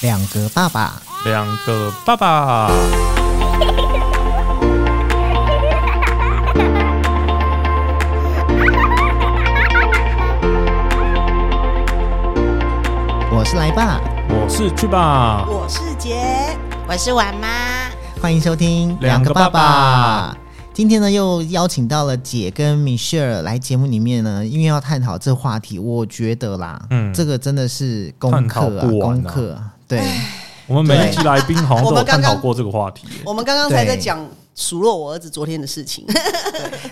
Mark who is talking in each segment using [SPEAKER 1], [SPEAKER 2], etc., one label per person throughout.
[SPEAKER 1] 两个爸爸，
[SPEAKER 2] 两个爸爸。
[SPEAKER 1] 我是来爸，
[SPEAKER 2] 我是去吧，
[SPEAKER 3] 我是杰，
[SPEAKER 4] 我是婉妈。
[SPEAKER 1] 欢迎收听
[SPEAKER 2] 两个爸爸。
[SPEAKER 1] 今天呢，又邀请到了姐跟米歇尔来节目里面呢，因为要探讨这话题，我觉得啦，
[SPEAKER 2] 嗯
[SPEAKER 1] 这个真的是功课
[SPEAKER 2] 探讨不完
[SPEAKER 1] 功
[SPEAKER 2] 啊
[SPEAKER 1] 课啊， 对，
[SPEAKER 2] 我们每一集来宾好像都有
[SPEAKER 3] 我们
[SPEAKER 2] 探
[SPEAKER 3] 刚刚
[SPEAKER 2] 讨过这个话题耶。
[SPEAKER 3] 我们刚刚才
[SPEAKER 1] 对
[SPEAKER 3] 在讲数落我儿子昨天的事情，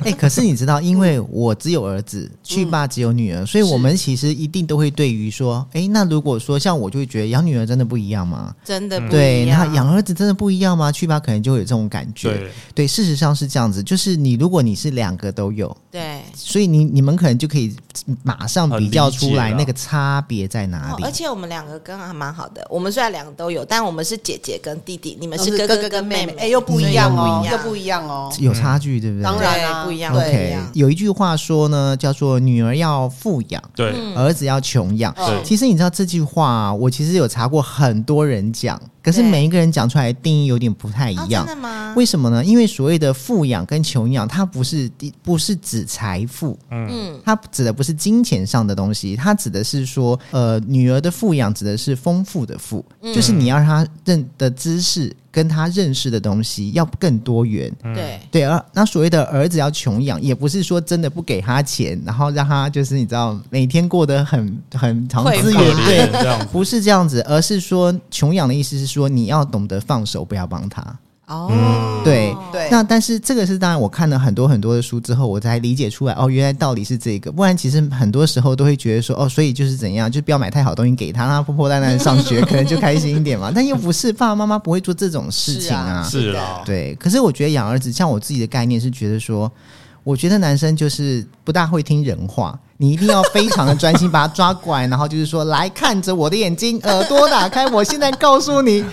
[SPEAKER 1] 哎、可是你知道，因为我只有儿子，
[SPEAKER 2] 嗯
[SPEAKER 1] 去爸只有女儿，所以我们其实一定都会对于说，哎、那如果说像我就会觉得养女儿真的不一样吗？
[SPEAKER 4] 真
[SPEAKER 2] 嗯
[SPEAKER 4] 的不
[SPEAKER 1] 对，
[SPEAKER 4] 一
[SPEAKER 1] 那
[SPEAKER 3] 嗯
[SPEAKER 4] 样。
[SPEAKER 1] 养儿子真的不一样吗？去吧，可能就会有这种感觉。
[SPEAKER 2] 对
[SPEAKER 1] 对，事实上是这样子，就是你如果你是两个都有，
[SPEAKER 4] 对，
[SPEAKER 1] 所以你你们可能就可以马上比较出
[SPEAKER 2] 很理
[SPEAKER 1] 来
[SPEAKER 2] 解啦
[SPEAKER 1] 那个差别在哪
[SPEAKER 4] 哦
[SPEAKER 1] 里。
[SPEAKER 4] 而且我们两个刚刚还蛮好的。我们虽然两个都有，但我们是姐姐跟弟弟，你们
[SPEAKER 3] 都
[SPEAKER 4] 是哥
[SPEAKER 3] 哥
[SPEAKER 4] 跟
[SPEAKER 3] 跟
[SPEAKER 4] 妹
[SPEAKER 3] 妹哎，又不一样哦，
[SPEAKER 4] 嗯
[SPEAKER 3] 又不一样哦。
[SPEAKER 1] 有差距，对不对？
[SPEAKER 3] 当然啊
[SPEAKER 4] 对不一样，不一
[SPEAKER 1] OK，
[SPEAKER 4] 样。
[SPEAKER 1] 有一句话说呢，叫做“女儿要富养，
[SPEAKER 2] 对
[SPEAKER 4] 嗯
[SPEAKER 1] 儿子要穷养”
[SPEAKER 2] 对
[SPEAKER 1] 其实你知道这句话、啊我其实有查过很多人讲，可是
[SPEAKER 4] 对
[SPEAKER 1] 每一个人讲出来的定义有点不太一
[SPEAKER 4] 啊
[SPEAKER 1] 样。
[SPEAKER 4] 真的吗？
[SPEAKER 1] 为什么呢？因为所谓的富养跟穷养，它不是不是指财富，
[SPEAKER 4] 嗯，
[SPEAKER 1] 它指的不是金钱上的东西，它指的是说，呃，女儿的富养指的是丰富的富，
[SPEAKER 2] 嗯
[SPEAKER 1] 就是你要让她认的知识跟她认识的东西要更多元。
[SPEAKER 4] 对，
[SPEAKER 1] 对，而那所谓的儿子要穷养，也不是说真的不给他钱，然后让他就是你知道每天过得很很常
[SPEAKER 4] 匮乏
[SPEAKER 1] 资
[SPEAKER 2] 可
[SPEAKER 1] 源
[SPEAKER 2] 怜
[SPEAKER 1] 对，
[SPEAKER 2] 这样子。
[SPEAKER 1] 不是这样子，而是说穷养的意思是说你要懂得放手，不要帮他。
[SPEAKER 4] 哦，
[SPEAKER 1] 对
[SPEAKER 3] 嗯对
[SPEAKER 1] 那但是这个是当然，我看了很多很多的书之后，我才理解出来哦，原来道理是这个。不然其实很多时候都会觉得说哦，所以就是怎样，就不要买太好东西给他，让他破破烂烂地上学，可能就开心一点嘛。但又不是爸爸妈妈不会做这种事情啊。
[SPEAKER 2] 是
[SPEAKER 3] 哦
[SPEAKER 2] 啦，
[SPEAKER 1] 对，可是我觉得养儿子，像我自己的概念是觉得说，我觉得男生就是不大会听人话，你一定要非常的专心把他抓过来，然后就是说来看着我的眼睛，耳朵打开，我现在告诉你，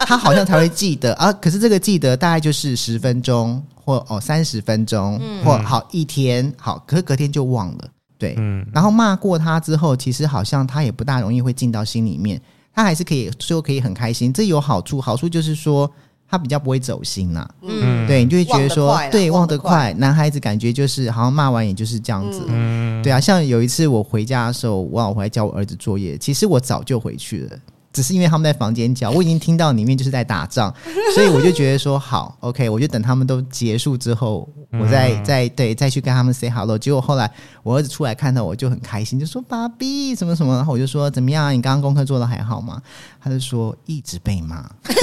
[SPEAKER 1] 他好像才会记得啊。可是这个记得大概就是十分钟或哦三十分钟，或好一天，好，可是隔天就忘了，对，
[SPEAKER 2] 嗯，
[SPEAKER 1] 然后骂过他之后，其实好像他也不大容易会进到心里面，他还是可以最后可以很开心，这有好处，好处就是说他比较不会走心啦、
[SPEAKER 2] 嗯，
[SPEAKER 1] 对你就会觉得说
[SPEAKER 3] 忘得快啦
[SPEAKER 1] 对
[SPEAKER 3] 忘
[SPEAKER 1] 忘
[SPEAKER 3] 得
[SPEAKER 1] 得快，男孩子感觉就是好像骂完也就是这样子。
[SPEAKER 2] 嗯，
[SPEAKER 1] 对啊，像有一次我回家的时候，我老婆还教我儿子作业，其实我早就回去了。只是因为他们在房间教，我已经听到里面就是在打仗， 所以我就觉得说好，OK，我就等他们都结束之后，
[SPEAKER 3] 嗯
[SPEAKER 1] 我再、再对再去跟他们 say hello。结果后来我儿子出来看到我就很开心，就说爸比什么什么，然后我就说怎么样，你刚刚功课做的还好吗？他就说一直被 骂，但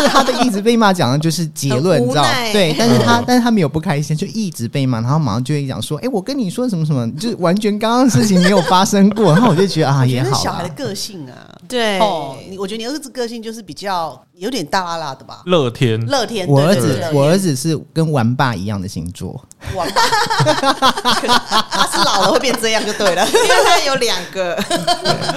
[SPEAKER 1] 是他的一直被骂讲的就是结论，
[SPEAKER 4] 很无
[SPEAKER 1] 你知道
[SPEAKER 4] 奈？
[SPEAKER 1] 对，但是他
[SPEAKER 2] 嗯
[SPEAKER 1] 但是他没有不开心，就一直被骂，然后马上就会讲说，哎、我跟你说什么什么，就是完全刚刚的事情没有发生过，然后我就觉得啊也
[SPEAKER 3] 觉得
[SPEAKER 1] 好
[SPEAKER 3] 小
[SPEAKER 1] 啦
[SPEAKER 3] 孩的个性啊，
[SPEAKER 4] 对
[SPEAKER 3] 哦，你我觉得你儿子个性就是比较有点大拉拉的吧，
[SPEAKER 2] 乐天，
[SPEAKER 3] 乐天。
[SPEAKER 1] 我儿
[SPEAKER 3] 对
[SPEAKER 1] 子， 我儿，子是跟玩爸一样的星座，
[SPEAKER 3] 对对王八， 他是老了会变这样就对了，
[SPEAKER 4] 因为他有两个，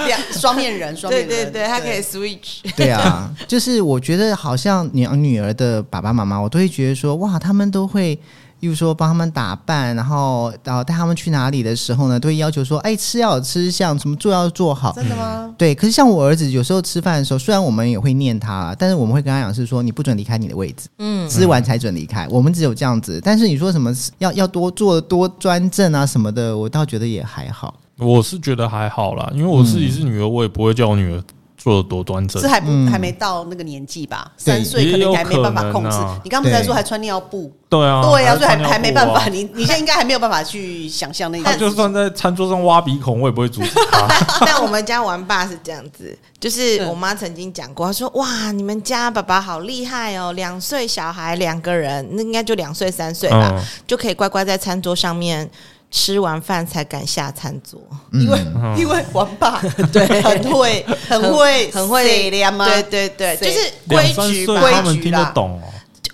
[SPEAKER 3] 两双面人，双面
[SPEAKER 4] 对
[SPEAKER 3] 人，
[SPEAKER 4] 对对，他可以 switch。
[SPEAKER 1] 对啊，就是我觉得好像养女儿的爸爸妈妈，我都会觉得说，哇，他们都会，例如说帮他们打扮，然后然后带他们去哪里的时候呢，都会要求说，哎，吃要有吃相，什么做要做好。
[SPEAKER 3] 真的吗？
[SPEAKER 1] 对，可是像我儿子有时候吃饭的时候，虽然我们也会念他，但是我们会跟他讲是说，你不准离开你的位置，
[SPEAKER 4] 嗯，
[SPEAKER 1] 吃完才准离开。我们只有这样子，但是你说什么要要多做多专政啊什么的，我倒觉得也还好。
[SPEAKER 2] 我是觉得还好啦，因为我自己是女儿，我也不会叫我女儿做的多端正
[SPEAKER 3] 是。还不
[SPEAKER 1] 嗯
[SPEAKER 3] 还没到那个年纪吧？
[SPEAKER 1] 对
[SPEAKER 3] 三岁可
[SPEAKER 2] 也有
[SPEAKER 3] 能你还没办法控制
[SPEAKER 2] 可能啊。
[SPEAKER 3] 你刚不是在说
[SPEAKER 1] 对
[SPEAKER 3] 还穿尿布？
[SPEAKER 2] 对啊，
[SPEAKER 3] 对呀，所以还
[SPEAKER 2] 穿尿布
[SPEAKER 3] 还没办法，
[SPEAKER 2] 啊。
[SPEAKER 3] 你你现在应该还没有办法去想象那
[SPEAKER 2] 她
[SPEAKER 3] 个。
[SPEAKER 2] 就算在餐桌上挖鼻孔，我也不会阻止 她。
[SPEAKER 4] 但我们家玩爸是这样子，就是我妈曾经讲过，她说：“哇，你们家爸爸好厉害哦，两岁小孩两个人，那应该就两岁三岁吧，
[SPEAKER 2] 嗯
[SPEAKER 4] 就可以乖乖在餐桌上面吃完饭才敢下餐桌。
[SPEAKER 3] 因为
[SPEAKER 2] 嗯
[SPEAKER 3] 因为王 爸对很会很会
[SPEAKER 4] 很会
[SPEAKER 3] 量吗？
[SPEAKER 4] 对对对，
[SPEAKER 3] 谁
[SPEAKER 4] 就是
[SPEAKER 2] 两
[SPEAKER 4] 规
[SPEAKER 2] 三
[SPEAKER 4] 矩
[SPEAKER 2] 岁
[SPEAKER 4] 吧。
[SPEAKER 2] 他
[SPEAKER 3] 规
[SPEAKER 2] 们
[SPEAKER 3] 矩
[SPEAKER 2] 听得
[SPEAKER 3] 啦
[SPEAKER 2] 懂哦。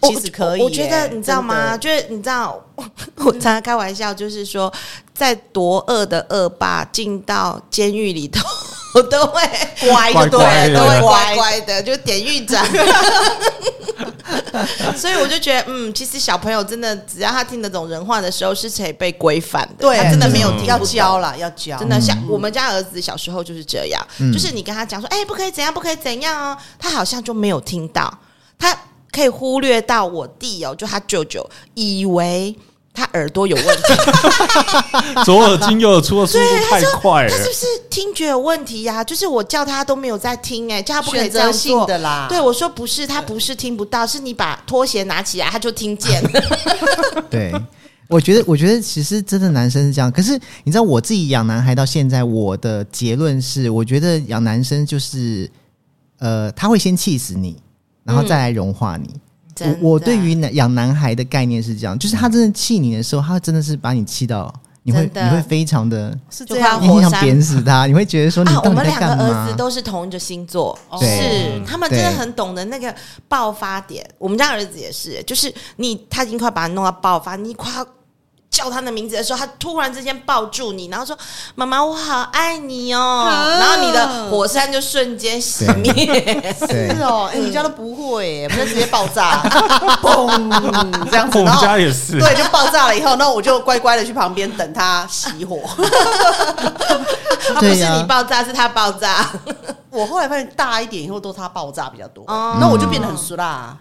[SPEAKER 4] 我
[SPEAKER 3] 其实可以
[SPEAKER 4] 我
[SPEAKER 3] 耶
[SPEAKER 4] 觉得你知道吗？
[SPEAKER 3] 真
[SPEAKER 4] 就是你知道，我我常常开玩笑，就是说，在多恶的恶霸进到监狱里头，我 都会
[SPEAKER 3] 乖就对
[SPEAKER 2] 乖乖
[SPEAKER 3] 了，
[SPEAKER 2] 的
[SPEAKER 3] 都
[SPEAKER 4] 都会
[SPEAKER 3] 会
[SPEAKER 4] 乖
[SPEAKER 3] 乖乖。
[SPEAKER 4] 乖的，就典狱长。所以我就觉得，嗯，其实小朋友真的，只要他听得懂人话的时候，是可以被规范的。
[SPEAKER 3] 对，
[SPEAKER 4] 他真的没有
[SPEAKER 2] 嗯
[SPEAKER 4] 听
[SPEAKER 3] 要
[SPEAKER 4] 不懂
[SPEAKER 3] 教啦，要教，
[SPEAKER 4] 真的像我们家儿子小时候就是这样，
[SPEAKER 1] 嗯
[SPEAKER 4] 就是你跟他讲说，哎、不可以怎样，不可以怎样哦，他好像就没有听到，他可以忽略到我弟哦，就他舅舅以为他耳朵有问题，
[SPEAKER 2] 左耳进右耳出的速度太快了
[SPEAKER 4] 他，是不是听觉有问题呀、就是我叫他都没有在听、哎，叫他不可以
[SPEAKER 3] 选择
[SPEAKER 4] 这样
[SPEAKER 3] 性
[SPEAKER 4] 做。
[SPEAKER 3] 的啦。
[SPEAKER 4] 对，我说不是，他不是听不到，是你把拖鞋拿起来，他就听见。
[SPEAKER 1] 对，我觉得，我觉得其实真的男生是这样。可是你知道，我自己养男孩到现在，我的结论是，我觉得养男生就是，呃，他会先气死你，然后再来融化你。
[SPEAKER 4] 嗯
[SPEAKER 1] 我我对于男养男孩的概念是这样，就是他真的气你的时候，他真的是把你气到，你会
[SPEAKER 4] 真的
[SPEAKER 1] 你会非常的，
[SPEAKER 3] 是
[SPEAKER 4] 就
[SPEAKER 3] 这样
[SPEAKER 4] 换
[SPEAKER 1] 你
[SPEAKER 4] 火
[SPEAKER 1] 很想
[SPEAKER 4] 山
[SPEAKER 1] 扁死 他，你会觉得说你
[SPEAKER 4] 啊，我
[SPEAKER 1] 到底
[SPEAKER 4] 们
[SPEAKER 1] 在
[SPEAKER 4] 两
[SPEAKER 1] 干
[SPEAKER 4] 个儿
[SPEAKER 1] 嘛
[SPEAKER 4] 子？都是同一个星座，
[SPEAKER 1] 对
[SPEAKER 4] 是他们真的
[SPEAKER 1] 对
[SPEAKER 4] 很懂得那个爆发点。我们家儿子也是，就是你他已经快把你弄到爆发，你快要叫他的名字的时候，他突然之间抱住你，然后说：“妈妈，我好爱你哦。
[SPEAKER 3] 啊
[SPEAKER 4] 然后你的火山就瞬间熄灭。
[SPEAKER 1] 对
[SPEAKER 3] 是哦，哎，我们家都不会，哎，我们就直接爆炸，嘣，这样子，
[SPEAKER 2] 我们
[SPEAKER 3] 然后
[SPEAKER 2] 家也是，
[SPEAKER 3] 对，就爆炸了以后，那我就乖乖的去旁边等它熄火。
[SPEAKER 4] 他不
[SPEAKER 1] 对
[SPEAKER 4] 是
[SPEAKER 1] 呀
[SPEAKER 4] 你爆炸，是他爆炸。
[SPEAKER 3] 我后来发现大一点以后都它爆炸比较多，
[SPEAKER 4] 哦
[SPEAKER 3] 那我就变得很俗啦。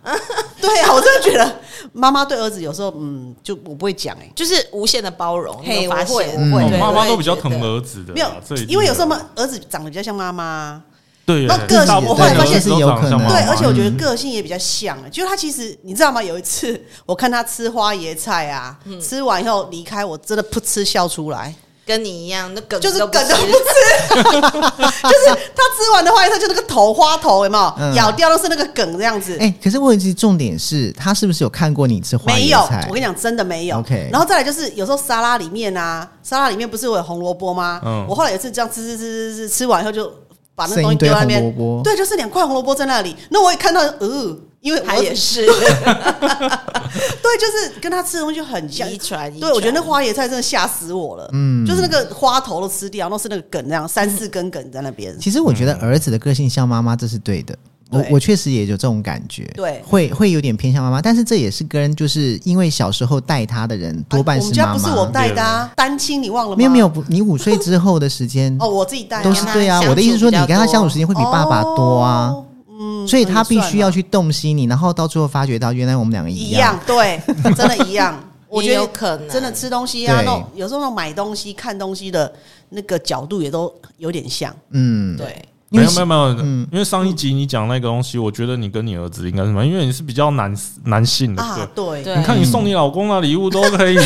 [SPEAKER 3] 对啊，我真的觉得妈妈对儿子有时候，嗯，就我不会讲哎，
[SPEAKER 4] 就是无限的包容，你有
[SPEAKER 3] 嘿
[SPEAKER 4] 发
[SPEAKER 3] 我会
[SPEAKER 4] 现？
[SPEAKER 1] 我会
[SPEAKER 2] 哦
[SPEAKER 1] 对
[SPEAKER 2] 妈妈都比较
[SPEAKER 4] 我也
[SPEAKER 2] 疼
[SPEAKER 4] 觉得
[SPEAKER 2] 儿子的啦，
[SPEAKER 3] 没有
[SPEAKER 2] 啊这一，定
[SPEAKER 3] 因为有时候
[SPEAKER 2] 的
[SPEAKER 3] 妈儿子长得比较像妈妈，
[SPEAKER 2] 对
[SPEAKER 3] 那个
[SPEAKER 2] 大
[SPEAKER 3] 性
[SPEAKER 2] 部
[SPEAKER 3] 我后来
[SPEAKER 2] 分
[SPEAKER 3] 发
[SPEAKER 2] 儿
[SPEAKER 3] 现
[SPEAKER 2] 子都
[SPEAKER 1] 是有
[SPEAKER 2] 长得
[SPEAKER 1] 可
[SPEAKER 2] 像
[SPEAKER 1] 能
[SPEAKER 2] 妈嗯
[SPEAKER 3] 对，
[SPEAKER 2] 妈
[SPEAKER 3] 而且我觉得个性也比较像欸。就是他其实你知道吗？有一次我看他吃花椰菜啊，吃完以后离开，我真的噗嗤笑出来，
[SPEAKER 4] 跟你一样，那梗
[SPEAKER 3] 就是
[SPEAKER 4] 都
[SPEAKER 3] 梗
[SPEAKER 4] 不
[SPEAKER 3] 都不
[SPEAKER 4] 吃
[SPEAKER 3] 吃，就是他吃完的花椰菜就那个头花头有没有、
[SPEAKER 1] 嗯
[SPEAKER 3] 咬掉都是那个梗这样子。
[SPEAKER 1] 哎、可是问题重点是他是不是有看过你吃花
[SPEAKER 3] 没
[SPEAKER 1] 椰
[SPEAKER 3] 有
[SPEAKER 1] 菜？，
[SPEAKER 3] 我跟你讲，真的没有。
[SPEAKER 1] OK
[SPEAKER 3] 然后再来就是有时候沙拉里面啊，沙拉里面不是会有红萝卜吗？
[SPEAKER 2] 嗯
[SPEAKER 3] 我后来有一次这样吃吃吃吃吃，吃完以后就把那个
[SPEAKER 1] 剩
[SPEAKER 3] 东西
[SPEAKER 1] 一堆
[SPEAKER 3] 丢在那边
[SPEAKER 1] 红萝卜，
[SPEAKER 3] 对，就是两块红萝卜在那里。那我也看到，呃，因为我
[SPEAKER 4] 他也是
[SPEAKER 3] 对，就是跟他吃的东西就很像
[SPEAKER 4] 遗。传。遗
[SPEAKER 3] 对，我觉得那
[SPEAKER 4] 传
[SPEAKER 3] 花椰菜真的吓死我了。
[SPEAKER 1] 嗯
[SPEAKER 3] 就是那个花头都吃掉，那是那个梗那样三四根梗在那边。
[SPEAKER 1] 其实我觉得儿子的个性像妈妈，这是对的。我
[SPEAKER 3] 嗯对
[SPEAKER 1] 我确实也有这种感觉，
[SPEAKER 3] 对
[SPEAKER 1] 会会有点偏向妈妈，但是这也是跟就是因为小时候带他的人多半
[SPEAKER 3] 哎我们
[SPEAKER 1] 是
[SPEAKER 3] 家
[SPEAKER 1] 妈
[SPEAKER 3] 不是
[SPEAKER 1] 妈，
[SPEAKER 3] 我带的、啊，单亲你忘了吗？
[SPEAKER 1] 没有没有，不你五 岁之后的时间
[SPEAKER 3] 哦，我自己带、啊、
[SPEAKER 1] 都是
[SPEAKER 4] 跟他
[SPEAKER 1] 对啊。
[SPEAKER 4] 相
[SPEAKER 1] 我的意思
[SPEAKER 4] 处
[SPEAKER 1] 说，
[SPEAKER 4] 比
[SPEAKER 1] 你
[SPEAKER 4] 较
[SPEAKER 1] 跟他相处时间会比爸爸多啊，
[SPEAKER 3] 哦嗯
[SPEAKER 1] 所以
[SPEAKER 3] 那
[SPEAKER 1] 他
[SPEAKER 3] 也
[SPEAKER 1] 必
[SPEAKER 3] 算
[SPEAKER 1] 须
[SPEAKER 3] 了
[SPEAKER 1] 要去洞悉你，然后到最后发觉到原来我们两个
[SPEAKER 3] 一
[SPEAKER 1] 样
[SPEAKER 3] 样，，对，真的一样。我觉
[SPEAKER 4] 也有
[SPEAKER 3] 得
[SPEAKER 4] 可能
[SPEAKER 3] 真的吃东西啊，
[SPEAKER 1] 对
[SPEAKER 3] 那种有时候那种买东西、看东西的那个角度也都有点像。
[SPEAKER 1] 嗯，
[SPEAKER 3] 对，
[SPEAKER 1] 因
[SPEAKER 2] 没
[SPEAKER 1] 为
[SPEAKER 2] 有没有没有，
[SPEAKER 1] 嗯
[SPEAKER 2] 因为上一集你讲那个东西，我觉得你跟你儿子应该是蛮，因为你是比较男男性的，
[SPEAKER 3] 啊，对，
[SPEAKER 4] 对
[SPEAKER 2] 对，你
[SPEAKER 1] 嗯
[SPEAKER 2] 看你送你老公的礼物都可以，
[SPEAKER 3] 哇，欸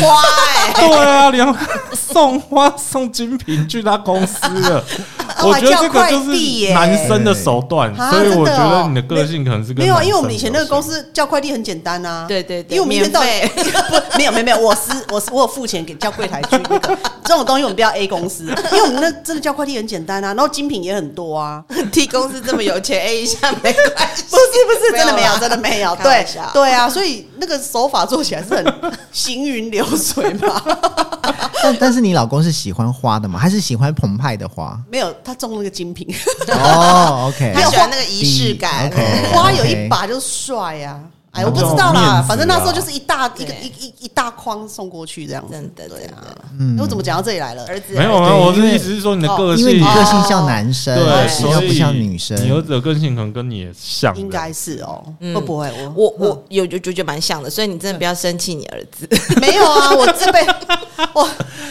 [SPEAKER 2] 对啊，连送花送精品去他公司 了，
[SPEAKER 3] 哦
[SPEAKER 2] 我觉得这
[SPEAKER 3] 还叫
[SPEAKER 2] 个
[SPEAKER 3] 快
[SPEAKER 2] 就是
[SPEAKER 3] 递耶
[SPEAKER 2] 男生的手段，
[SPEAKER 3] 啊
[SPEAKER 2] 所以我
[SPEAKER 3] 真的
[SPEAKER 2] 觉
[SPEAKER 3] 哦
[SPEAKER 2] 得你的个性可能是跟
[SPEAKER 3] 没有啊，
[SPEAKER 2] 男
[SPEAKER 3] 因为我们
[SPEAKER 2] 生
[SPEAKER 3] 以前那个
[SPEAKER 2] 比较
[SPEAKER 3] 公
[SPEAKER 2] 像
[SPEAKER 3] 司叫快递很简单啊，
[SPEAKER 4] 对对
[SPEAKER 3] 因
[SPEAKER 4] 对
[SPEAKER 3] 为我们一天到
[SPEAKER 4] 免
[SPEAKER 3] 不没有没有没有，我是我是我有付钱给叫柜台去那 个这种东西，我们不要 A 公司，因为我们那真的叫快递很简单啊，然后精品也很多 啊，
[SPEAKER 4] 替公司这么有钱，A 一下没关系。
[SPEAKER 3] 不是不是，
[SPEAKER 4] 没有
[SPEAKER 3] 真的没有
[SPEAKER 4] 啦
[SPEAKER 3] 真的没 有，
[SPEAKER 4] 开
[SPEAKER 3] 对
[SPEAKER 4] 玩笑
[SPEAKER 3] 对啊，所以那个手法做起来是很行云流水嘛。
[SPEAKER 1] 但但是你老公是喜欢花的吗？还是喜欢澎湃的
[SPEAKER 3] ？
[SPEAKER 1] 花
[SPEAKER 3] 没有，他中了个精品，
[SPEAKER 1] 哦，OK，
[SPEAKER 4] 他喜欢那个仪式感。
[SPEAKER 1] 比嗯 OK
[SPEAKER 3] 花有一把就帅呀、啊。哎，我不知道
[SPEAKER 2] 那种面
[SPEAKER 3] 啦，
[SPEAKER 2] 子啊
[SPEAKER 3] 反正那时候就是一大一个
[SPEAKER 4] 对
[SPEAKER 3] 一一一大筐送过去这样子，
[SPEAKER 4] 真的
[SPEAKER 3] 对啊。
[SPEAKER 1] 嗯
[SPEAKER 3] 哎我怎么讲到这里来了？
[SPEAKER 4] 儿子
[SPEAKER 2] 没有没有，
[SPEAKER 1] 对
[SPEAKER 2] 我
[SPEAKER 1] 因
[SPEAKER 2] 的
[SPEAKER 1] 为
[SPEAKER 2] 意思是说你的
[SPEAKER 3] 啊哦
[SPEAKER 2] 个
[SPEAKER 1] 因
[SPEAKER 2] 性
[SPEAKER 1] 为你
[SPEAKER 2] 比
[SPEAKER 1] 个性像男生，
[SPEAKER 2] 对，
[SPEAKER 1] 比较
[SPEAKER 2] 所以
[SPEAKER 1] 不像女生。
[SPEAKER 2] 你儿子的个性可能跟你也像的，
[SPEAKER 3] 应该是哦，
[SPEAKER 4] 嗯
[SPEAKER 3] 会不会我
[SPEAKER 4] 我我有就就觉得蛮像的，所以你真的不要生气你儿子，
[SPEAKER 3] 没有啊？我这辈我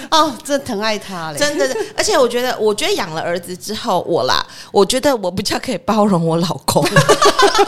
[SPEAKER 3] 啊，真的疼爱他嘞，
[SPEAKER 4] 真的。而且我觉得，我觉得养了儿子之后，我啦，我觉得我比较可以包容我老公，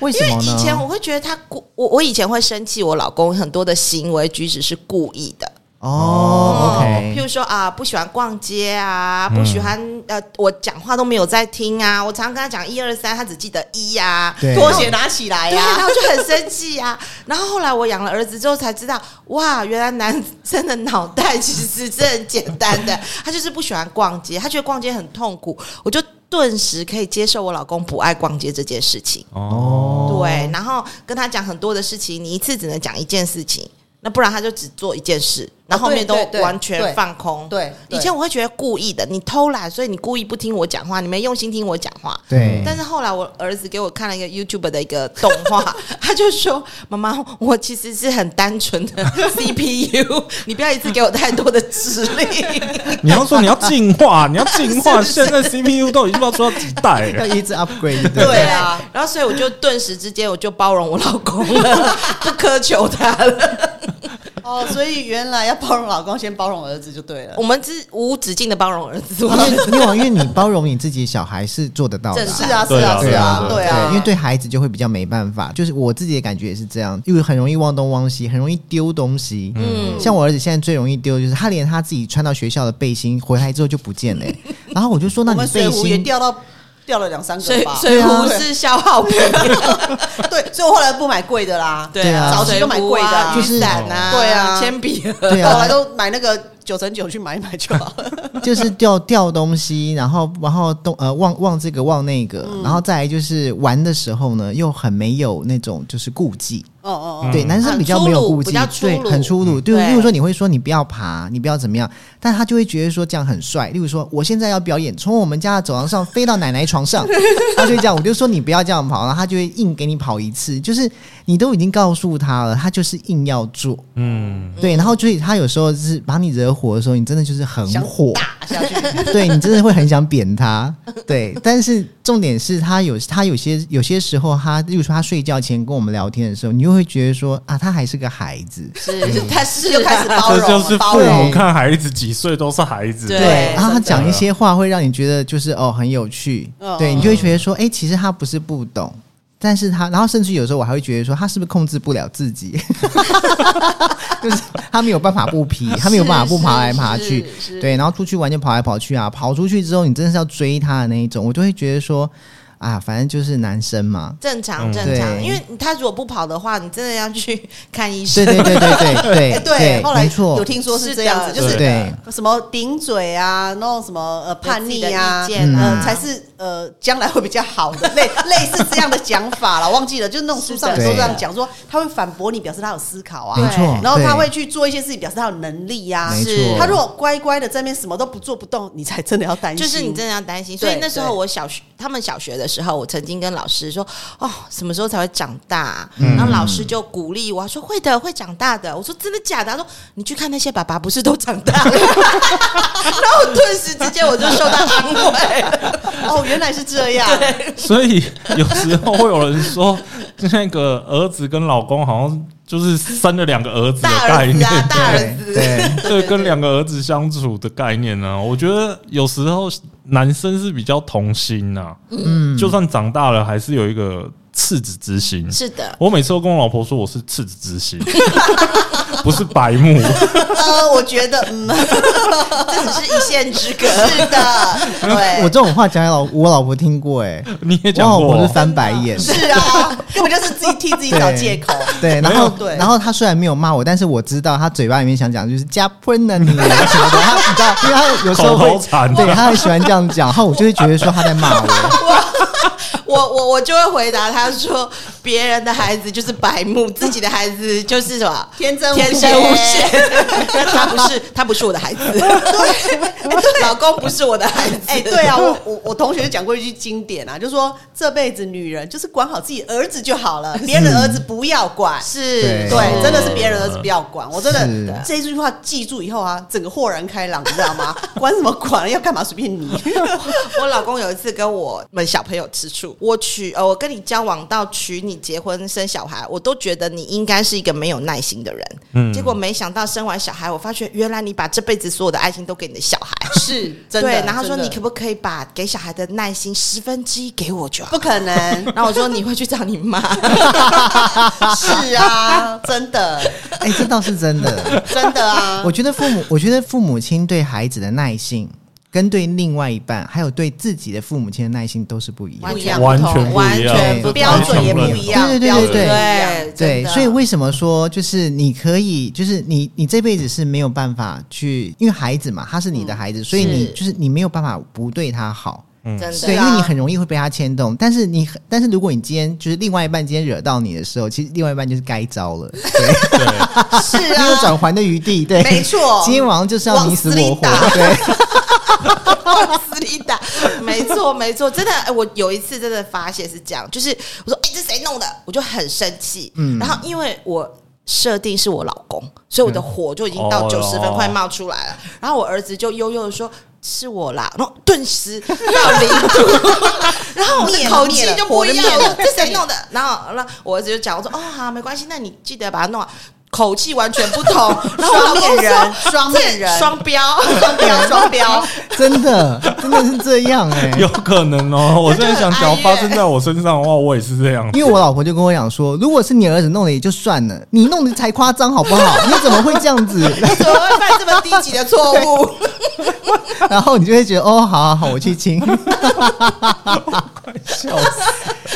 [SPEAKER 1] 为
[SPEAKER 4] 因
[SPEAKER 1] 什
[SPEAKER 4] 为
[SPEAKER 1] 么呢？
[SPEAKER 4] 以前我会觉得他故我我以前会生气我老公很多的行为举止是故意的，
[SPEAKER 1] 哦，OK，
[SPEAKER 4] 譬如说啊，不喜欢逛街啊，不喜欢、呃，我讲话都没有在听啊，我常常跟他讲一二三，他只记得一呀、啊，
[SPEAKER 1] 对
[SPEAKER 3] 拖鞋拿起来
[SPEAKER 4] 对，
[SPEAKER 3] 呀、
[SPEAKER 4] 啊 然后就很生气啊。然后后来我养了儿子之后才知道，哇，原来男生的脑袋其实是很简单的， 他就是不喜欢逛街，他觉得逛街很痛苦。我就顿时可以接受我老公不爱逛街这件事情，
[SPEAKER 2] 哦，
[SPEAKER 4] 对，然后跟他讲很多的事情，你一次只能讲一件事情。那不然他就只做一件事，然后后面都
[SPEAKER 3] 啊对对对
[SPEAKER 4] 完全放空。
[SPEAKER 3] 对，
[SPEAKER 4] 以前我会觉得故意的，你偷懒，所以你故意不听我讲话，你没用心听我讲话。
[SPEAKER 3] 嗯
[SPEAKER 1] 对，
[SPEAKER 4] 但是后来我儿子给我看了一个 YouTube 的一个动画，他就说：“妈妈，我其实是很单纯 的 CPU，你不要一次给我太多的指 令。啊
[SPEAKER 2] 你要说你要进化，你要进化，
[SPEAKER 4] 是不
[SPEAKER 2] 现在
[SPEAKER 4] 是
[SPEAKER 2] CPU 都已经不知道出到几代
[SPEAKER 1] 要
[SPEAKER 2] 了。
[SPEAKER 1] 一直 upgrade，对不”
[SPEAKER 4] 对
[SPEAKER 1] 对。
[SPEAKER 4] 啊，然后所以我就顿时之间我就包容我老公 了，不苛求他了。
[SPEAKER 3] 哦，所以原来要包容老公，先包容儿子就对了
[SPEAKER 4] 我。们是无止境的包 容儿子，我
[SPEAKER 1] 因为
[SPEAKER 4] 们
[SPEAKER 1] 因为因为你包容你自己小孩是做得到的啊、
[SPEAKER 4] 这
[SPEAKER 3] 是啊，是
[SPEAKER 2] 对啊
[SPEAKER 3] 是啊，
[SPEAKER 2] 对
[SPEAKER 3] 对啊，
[SPEAKER 1] 因为对孩子就会比较没办法。就是我自己的感觉也是这样，因为很容易忘东忘西，很容易丢东西。嗯，像我儿子现在最容易丢，就是他连他自己穿到学校的背心回来之后就不见了欸、然后我就说：“那
[SPEAKER 3] 我
[SPEAKER 1] 你
[SPEAKER 3] 们
[SPEAKER 1] 背
[SPEAKER 3] 水壶也
[SPEAKER 1] 心
[SPEAKER 3] 掉到掉了两三个
[SPEAKER 4] 水
[SPEAKER 3] 吧。
[SPEAKER 4] 水壶
[SPEAKER 3] 对啊
[SPEAKER 4] 是消耗品，
[SPEAKER 3] 对，所以我后来不买贵的啦。
[SPEAKER 1] 对啊
[SPEAKER 3] 早期都买
[SPEAKER 4] 水壶
[SPEAKER 3] 贵的
[SPEAKER 4] 啊
[SPEAKER 3] 啊
[SPEAKER 1] 就
[SPEAKER 4] 雨
[SPEAKER 1] 是
[SPEAKER 4] 伞啊，
[SPEAKER 3] 对啊
[SPEAKER 4] 铅笔盒，
[SPEAKER 1] 对啊
[SPEAKER 3] 后来都买那个九乘九去买一买就好 了。
[SPEAKER 1] 就是掉掉东西，然后然后东呃忘忘这个忘那个，
[SPEAKER 4] 嗯
[SPEAKER 1] 然后再来就是玩的时候呢，又很没有那种就是顾忌。
[SPEAKER 3] 哦哦
[SPEAKER 2] 嗯
[SPEAKER 1] 对，男生比较没有顾忌
[SPEAKER 4] 很粗，鲁
[SPEAKER 1] 对
[SPEAKER 4] 比较粗，鲁
[SPEAKER 1] 很粗
[SPEAKER 3] 嗯
[SPEAKER 1] 鲁。对，
[SPEAKER 4] 对
[SPEAKER 1] 例如说你会说你不要爬，你不要怎么样，但他就会觉得说这样很帅。例如说我现在要表演，从我们家的走廊上飞到奶奶床上， 他就会这样，我就说你不要这样跑，然后他就会硬给你跑一次，就是你都已经告诉他了，他就是硬要做。
[SPEAKER 2] 嗯，
[SPEAKER 1] 对，然后所以他有时候是把你惹火的时候，你真的就是很
[SPEAKER 3] 哦，想
[SPEAKER 1] 火，
[SPEAKER 3] 打下去。
[SPEAKER 1] 对你真的会很想扁他，对。但是重点是他有他有些有些时候他，例如说他睡觉前跟我们聊天的时候，你又会觉得说啊，他还是个孩子，
[SPEAKER 4] 是
[SPEAKER 3] 他是就开始包
[SPEAKER 2] 这
[SPEAKER 3] 容
[SPEAKER 2] 就是
[SPEAKER 3] 了，包
[SPEAKER 2] 父
[SPEAKER 1] 对
[SPEAKER 2] 母
[SPEAKER 3] 容。
[SPEAKER 2] 看孩子几岁都是孩子。
[SPEAKER 4] 对
[SPEAKER 1] 然啊后他
[SPEAKER 3] 真的
[SPEAKER 1] 讲一些话会让你觉得就是哦很有趣，
[SPEAKER 3] 嗯
[SPEAKER 1] 对你就会觉得说，哎、其实他不是不懂。但是他，然后甚至有时候我还会觉得说，他是不是控制不了自 己？就是他没有办法不皮， 他没有办法不爬来爬去。
[SPEAKER 4] 是，是
[SPEAKER 1] 对，然后出去玩就跑来跑去啊，跑出去之后你真的是要追他的那一种，我就会觉得说啊，反正就是男生 嘛，
[SPEAKER 4] 正常
[SPEAKER 2] 嗯
[SPEAKER 4] 正常，
[SPEAKER 1] 对
[SPEAKER 4] 因为他如果不跑的话，你真的要去看医
[SPEAKER 1] 对
[SPEAKER 4] 生。
[SPEAKER 1] 对对对对
[SPEAKER 3] 哎，
[SPEAKER 1] 对
[SPEAKER 3] 对，后来
[SPEAKER 1] 没错
[SPEAKER 3] 有，听说是这样子，
[SPEAKER 4] 是
[SPEAKER 3] 就
[SPEAKER 2] 的
[SPEAKER 3] 是
[SPEAKER 1] 对
[SPEAKER 3] 什么顶嘴啊，那种什么呃叛逆啊
[SPEAKER 4] 有自己的意见啊
[SPEAKER 1] 嗯
[SPEAKER 3] 呃才是呃将来会比较好的， 类类似这样的讲法了，忘记了，就是那种书上
[SPEAKER 1] 是的
[SPEAKER 3] 有时候这样讲，说他会反驳你，表示他有思考啊
[SPEAKER 1] 没，错，
[SPEAKER 3] 然后他
[SPEAKER 1] 对
[SPEAKER 3] 会去做一些事情，表示他有能力呀
[SPEAKER 1] 没。
[SPEAKER 4] 是
[SPEAKER 1] 错，
[SPEAKER 3] 他如果乖乖的在那边什么都不做不动，你才真的要担心。
[SPEAKER 4] 就是你真的要担心，所
[SPEAKER 3] 对
[SPEAKER 4] 以那时候
[SPEAKER 3] 对
[SPEAKER 4] 我小学，他们小学的时候，我曾经跟老师说：“哦，什么时候才会长大啊？”
[SPEAKER 1] 嗯
[SPEAKER 4] 然后老师就鼓励我说：“会的，会长大的。”我说：“真的假的？”他说：“你去看那些爸爸，不是都长 大了？”然后顿时之间我就受到 安慰了。
[SPEAKER 3] 哦，原来是这样，
[SPEAKER 2] 所以有时候会有人说，那个儿子跟老公好像就是生了两个儿子的
[SPEAKER 4] 大
[SPEAKER 2] 概
[SPEAKER 4] 儿子
[SPEAKER 2] 念，
[SPEAKER 4] 啊，大儿
[SPEAKER 1] 对
[SPEAKER 4] 子，
[SPEAKER 1] 对
[SPEAKER 2] 对，跟两个儿子相处的概念呢、我觉得有时候男生是比较童心呐、
[SPEAKER 1] 嗯，
[SPEAKER 2] 就算长大了，还是有一个赤子之心。
[SPEAKER 4] 是的，
[SPEAKER 2] 我每次都跟我老婆说我是赤子之心， 不是白目。
[SPEAKER 3] 呃，我觉得嗯，
[SPEAKER 4] 这只是一线之隔。
[SPEAKER 3] 是的， 对，
[SPEAKER 1] 我这种话讲给老我老婆听过哎、
[SPEAKER 2] 你也
[SPEAKER 1] 我
[SPEAKER 2] 讲
[SPEAKER 1] 老
[SPEAKER 2] 过
[SPEAKER 1] 婆
[SPEAKER 2] 哦
[SPEAKER 1] 是，翻白 眼。
[SPEAKER 3] 是啊，根本就是自己替自己找借口。
[SPEAKER 1] 对，然
[SPEAKER 2] 没有
[SPEAKER 1] 后
[SPEAKER 3] 对
[SPEAKER 1] 然后他虽然没有骂我，但是我知道他嘴巴里面想讲就是加喷呢你啊什么的，他你知道，因为他有时候
[SPEAKER 2] 口头
[SPEAKER 1] 会
[SPEAKER 2] 禅
[SPEAKER 1] 对，他很喜欢这样讲，然后我就会觉得说他在骂我。
[SPEAKER 4] 我我我就会回答他说：“别人的孩子就是白目，自己的孩子就是什么
[SPEAKER 3] 天真无邪
[SPEAKER 4] 天生无邪。他不是他不是我的孩子，对，老公不是我的孩子。
[SPEAKER 3] 哎、对啊，我我我同学就讲过一句经典啊，就说这辈子女人就是管好自己儿子就好 了，别人的儿子不要管。
[SPEAKER 4] 是，
[SPEAKER 1] 对
[SPEAKER 3] 对，真的哦是别人的儿子不要管。我真的
[SPEAKER 1] 是
[SPEAKER 3] 这一句话记住以后啊，整个豁然开朗，你知道吗？管什么管，要干嘛随便你。
[SPEAKER 4] 我老公有一次跟我们小朋友吃醋，我娶呃，我跟你交往到娶你结婚生小孩，我都觉得你应该是一个没有耐心的人。
[SPEAKER 2] 嗯
[SPEAKER 4] 结果没想到生完小孩，我发觉原来你把这辈子所有的爱心都给你的小孩。
[SPEAKER 3] 是真的。
[SPEAKER 4] 对，然后他说
[SPEAKER 3] 真的
[SPEAKER 4] 你可不可以把给小孩的耐心十分之一给我就好
[SPEAKER 3] 不。可 能？
[SPEAKER 4] 然后我说你会去找你妈，
[SPEAKER 3] 是啊， 真的，
[SPEAKER 1] 哎、这倒是真的。
[SPEAKER 3] 真的 啊
[SPEAKER 1] 我。觉得父母，我觉得父母亲对孩子的耐性，跟对另外一半，还有对自己的父母亲的耐性都是不一样
[SPEAKER 4] 完
[SPEAKER 1] 的。
[SPEAKER 3] 不一样
[SPEAKER 2] 完全不
[SPEAKER 4] 完
[SPEAKER 2] 一样
[SPEAKER 4] 全不，
[SPEAKER 3] 标准也不一样，
[SPEAKER 1] 对对对
[SPEAKER 3] 标准
[SPEAKER 1] 对
[SPEAKER 3] 也不一样
[SPEAKER 4] 对
[SPEAKER 1] 对，
[SPEAKER 4] 真的
[SPEAKER 1] 所以为什么说就是你可以，就是你你这辈子是没有办法去，因为孩子嘛，他是你的孩子，所以你
[SPEAKER 4] 是
[SPEAKER 1] 就是你没有办法不对他好。
[SPEAKER 4] 真的。啊
[SPEAKER 1] 对，因为你很容易会被他牵动，但是你很，但是如果你今天就是另外一半今天惹到你的时候，其实另外一半就是该招了，对，
[SPEAKER 2] 对，
[SPEAKER 4] 是
[SPEAKER 1] 没有
[SPEAKER 4] 啊，
[SPEAKER 1] 转圜的余地，对，
[SPEAKER 4] 没错
[SPEAKER 1] 今天晚上就是要你死我活
[SPEAKER 4] 往，
[SPEAKER 1] 对，
[SPEAKER 4] 往死里打，没错没错，真的，哎我有一次真的发泄是这样，就是我说，哎、这谁弄的？我就很生气，
[SPEAKER 1] 嗯
[SPEAKER 4] 然后因为我。设定是我老公，所以我的火就已经到
[SPEAKER 2] 哦
[SPEAKER 4] 九十分，
[SPEAKER 2] 哦
[SPEAKER 4] 快冒出来了。然后我儿子就悠悠的说：“是我啦。”然后顿时要离谱，然后我的口气就不一样
[SPEAKER 3] 灭了火，就
[SPEAKER 4] 了
[SPEAKER 3] 灭了
[SPEAKER 4] 这谁弄的？然后那我儿子就讲：“我说哦好，没关系，那你记得把它弄好。”口气完全不同， 然后我老公
[SPEAKER 3] 双面人
[SPEAKER 4] 说
[SPEAKER 3] 双面人
[SPEAKER 4] 这双标， 双标，双标。
[SPEAKER 1] 真的，真的是这样 哎、
[SPEAKER 2] 有可能哦。我现在想，
[SPEAKER 4] 哀
[SPEAKER 2] 只要发
[SPEAKER 4] 怨
[SPEAKER 2] 生在我身上的话，我也是这样。
[SPEAKER 1] 啊因为我老婆就跟我讲说，如果是你儿子弄的也就算了，你弄的才夸张好不好？你怎么会这样子？
[SPEAKER 4] 怎么会犯这么低级的错误？
[SPEAKER 1] 然后你就会觉得哦，好好好，我去 亲。
[SPEAKER 2] 笑死！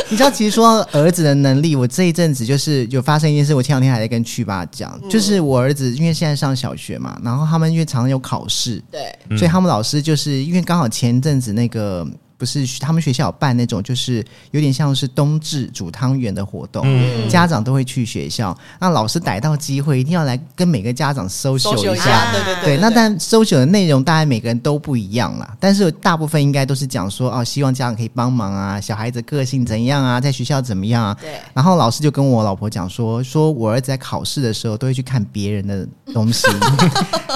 [SPEAKER 1] 你知道，其实说到儿子的能力，我这一阵子就是有发生一件事，我前两天还在跟去爸讲，就是我儿子因为现在上小学嘛，然后他们因为常常有考试，
[SPEAKER 4] 对，
[SPEAKER 2] 嗯
[SPEAKER 1] 所以他们老师就是因为刚好前阵子那个不是他们学校有办那种就是有点像是冬至煮汤圆的活动，
[SPEAKER 2] 嗯
[SPEAKER 1] 家长都会去学校，那老师逮到机会一定要来跟每个家长 social 一
[SPEAKER 4] 下
[SPEAKER 1] 下。
[SPEAKER 3] 对对
[SPEAKER 1] 对，那但 social 的内容大概每个人都不一样啦，但是大部分应该都是讲说哦，希望家长可以帮忙啊，小孩子个性怎样啊，在学校怎么样啊。
[SPEAKER 4] 对，
[SPEAKER 1] 然后老师就跟我老婆讲说，说我儿子在考试的时候都会去看别人的东西。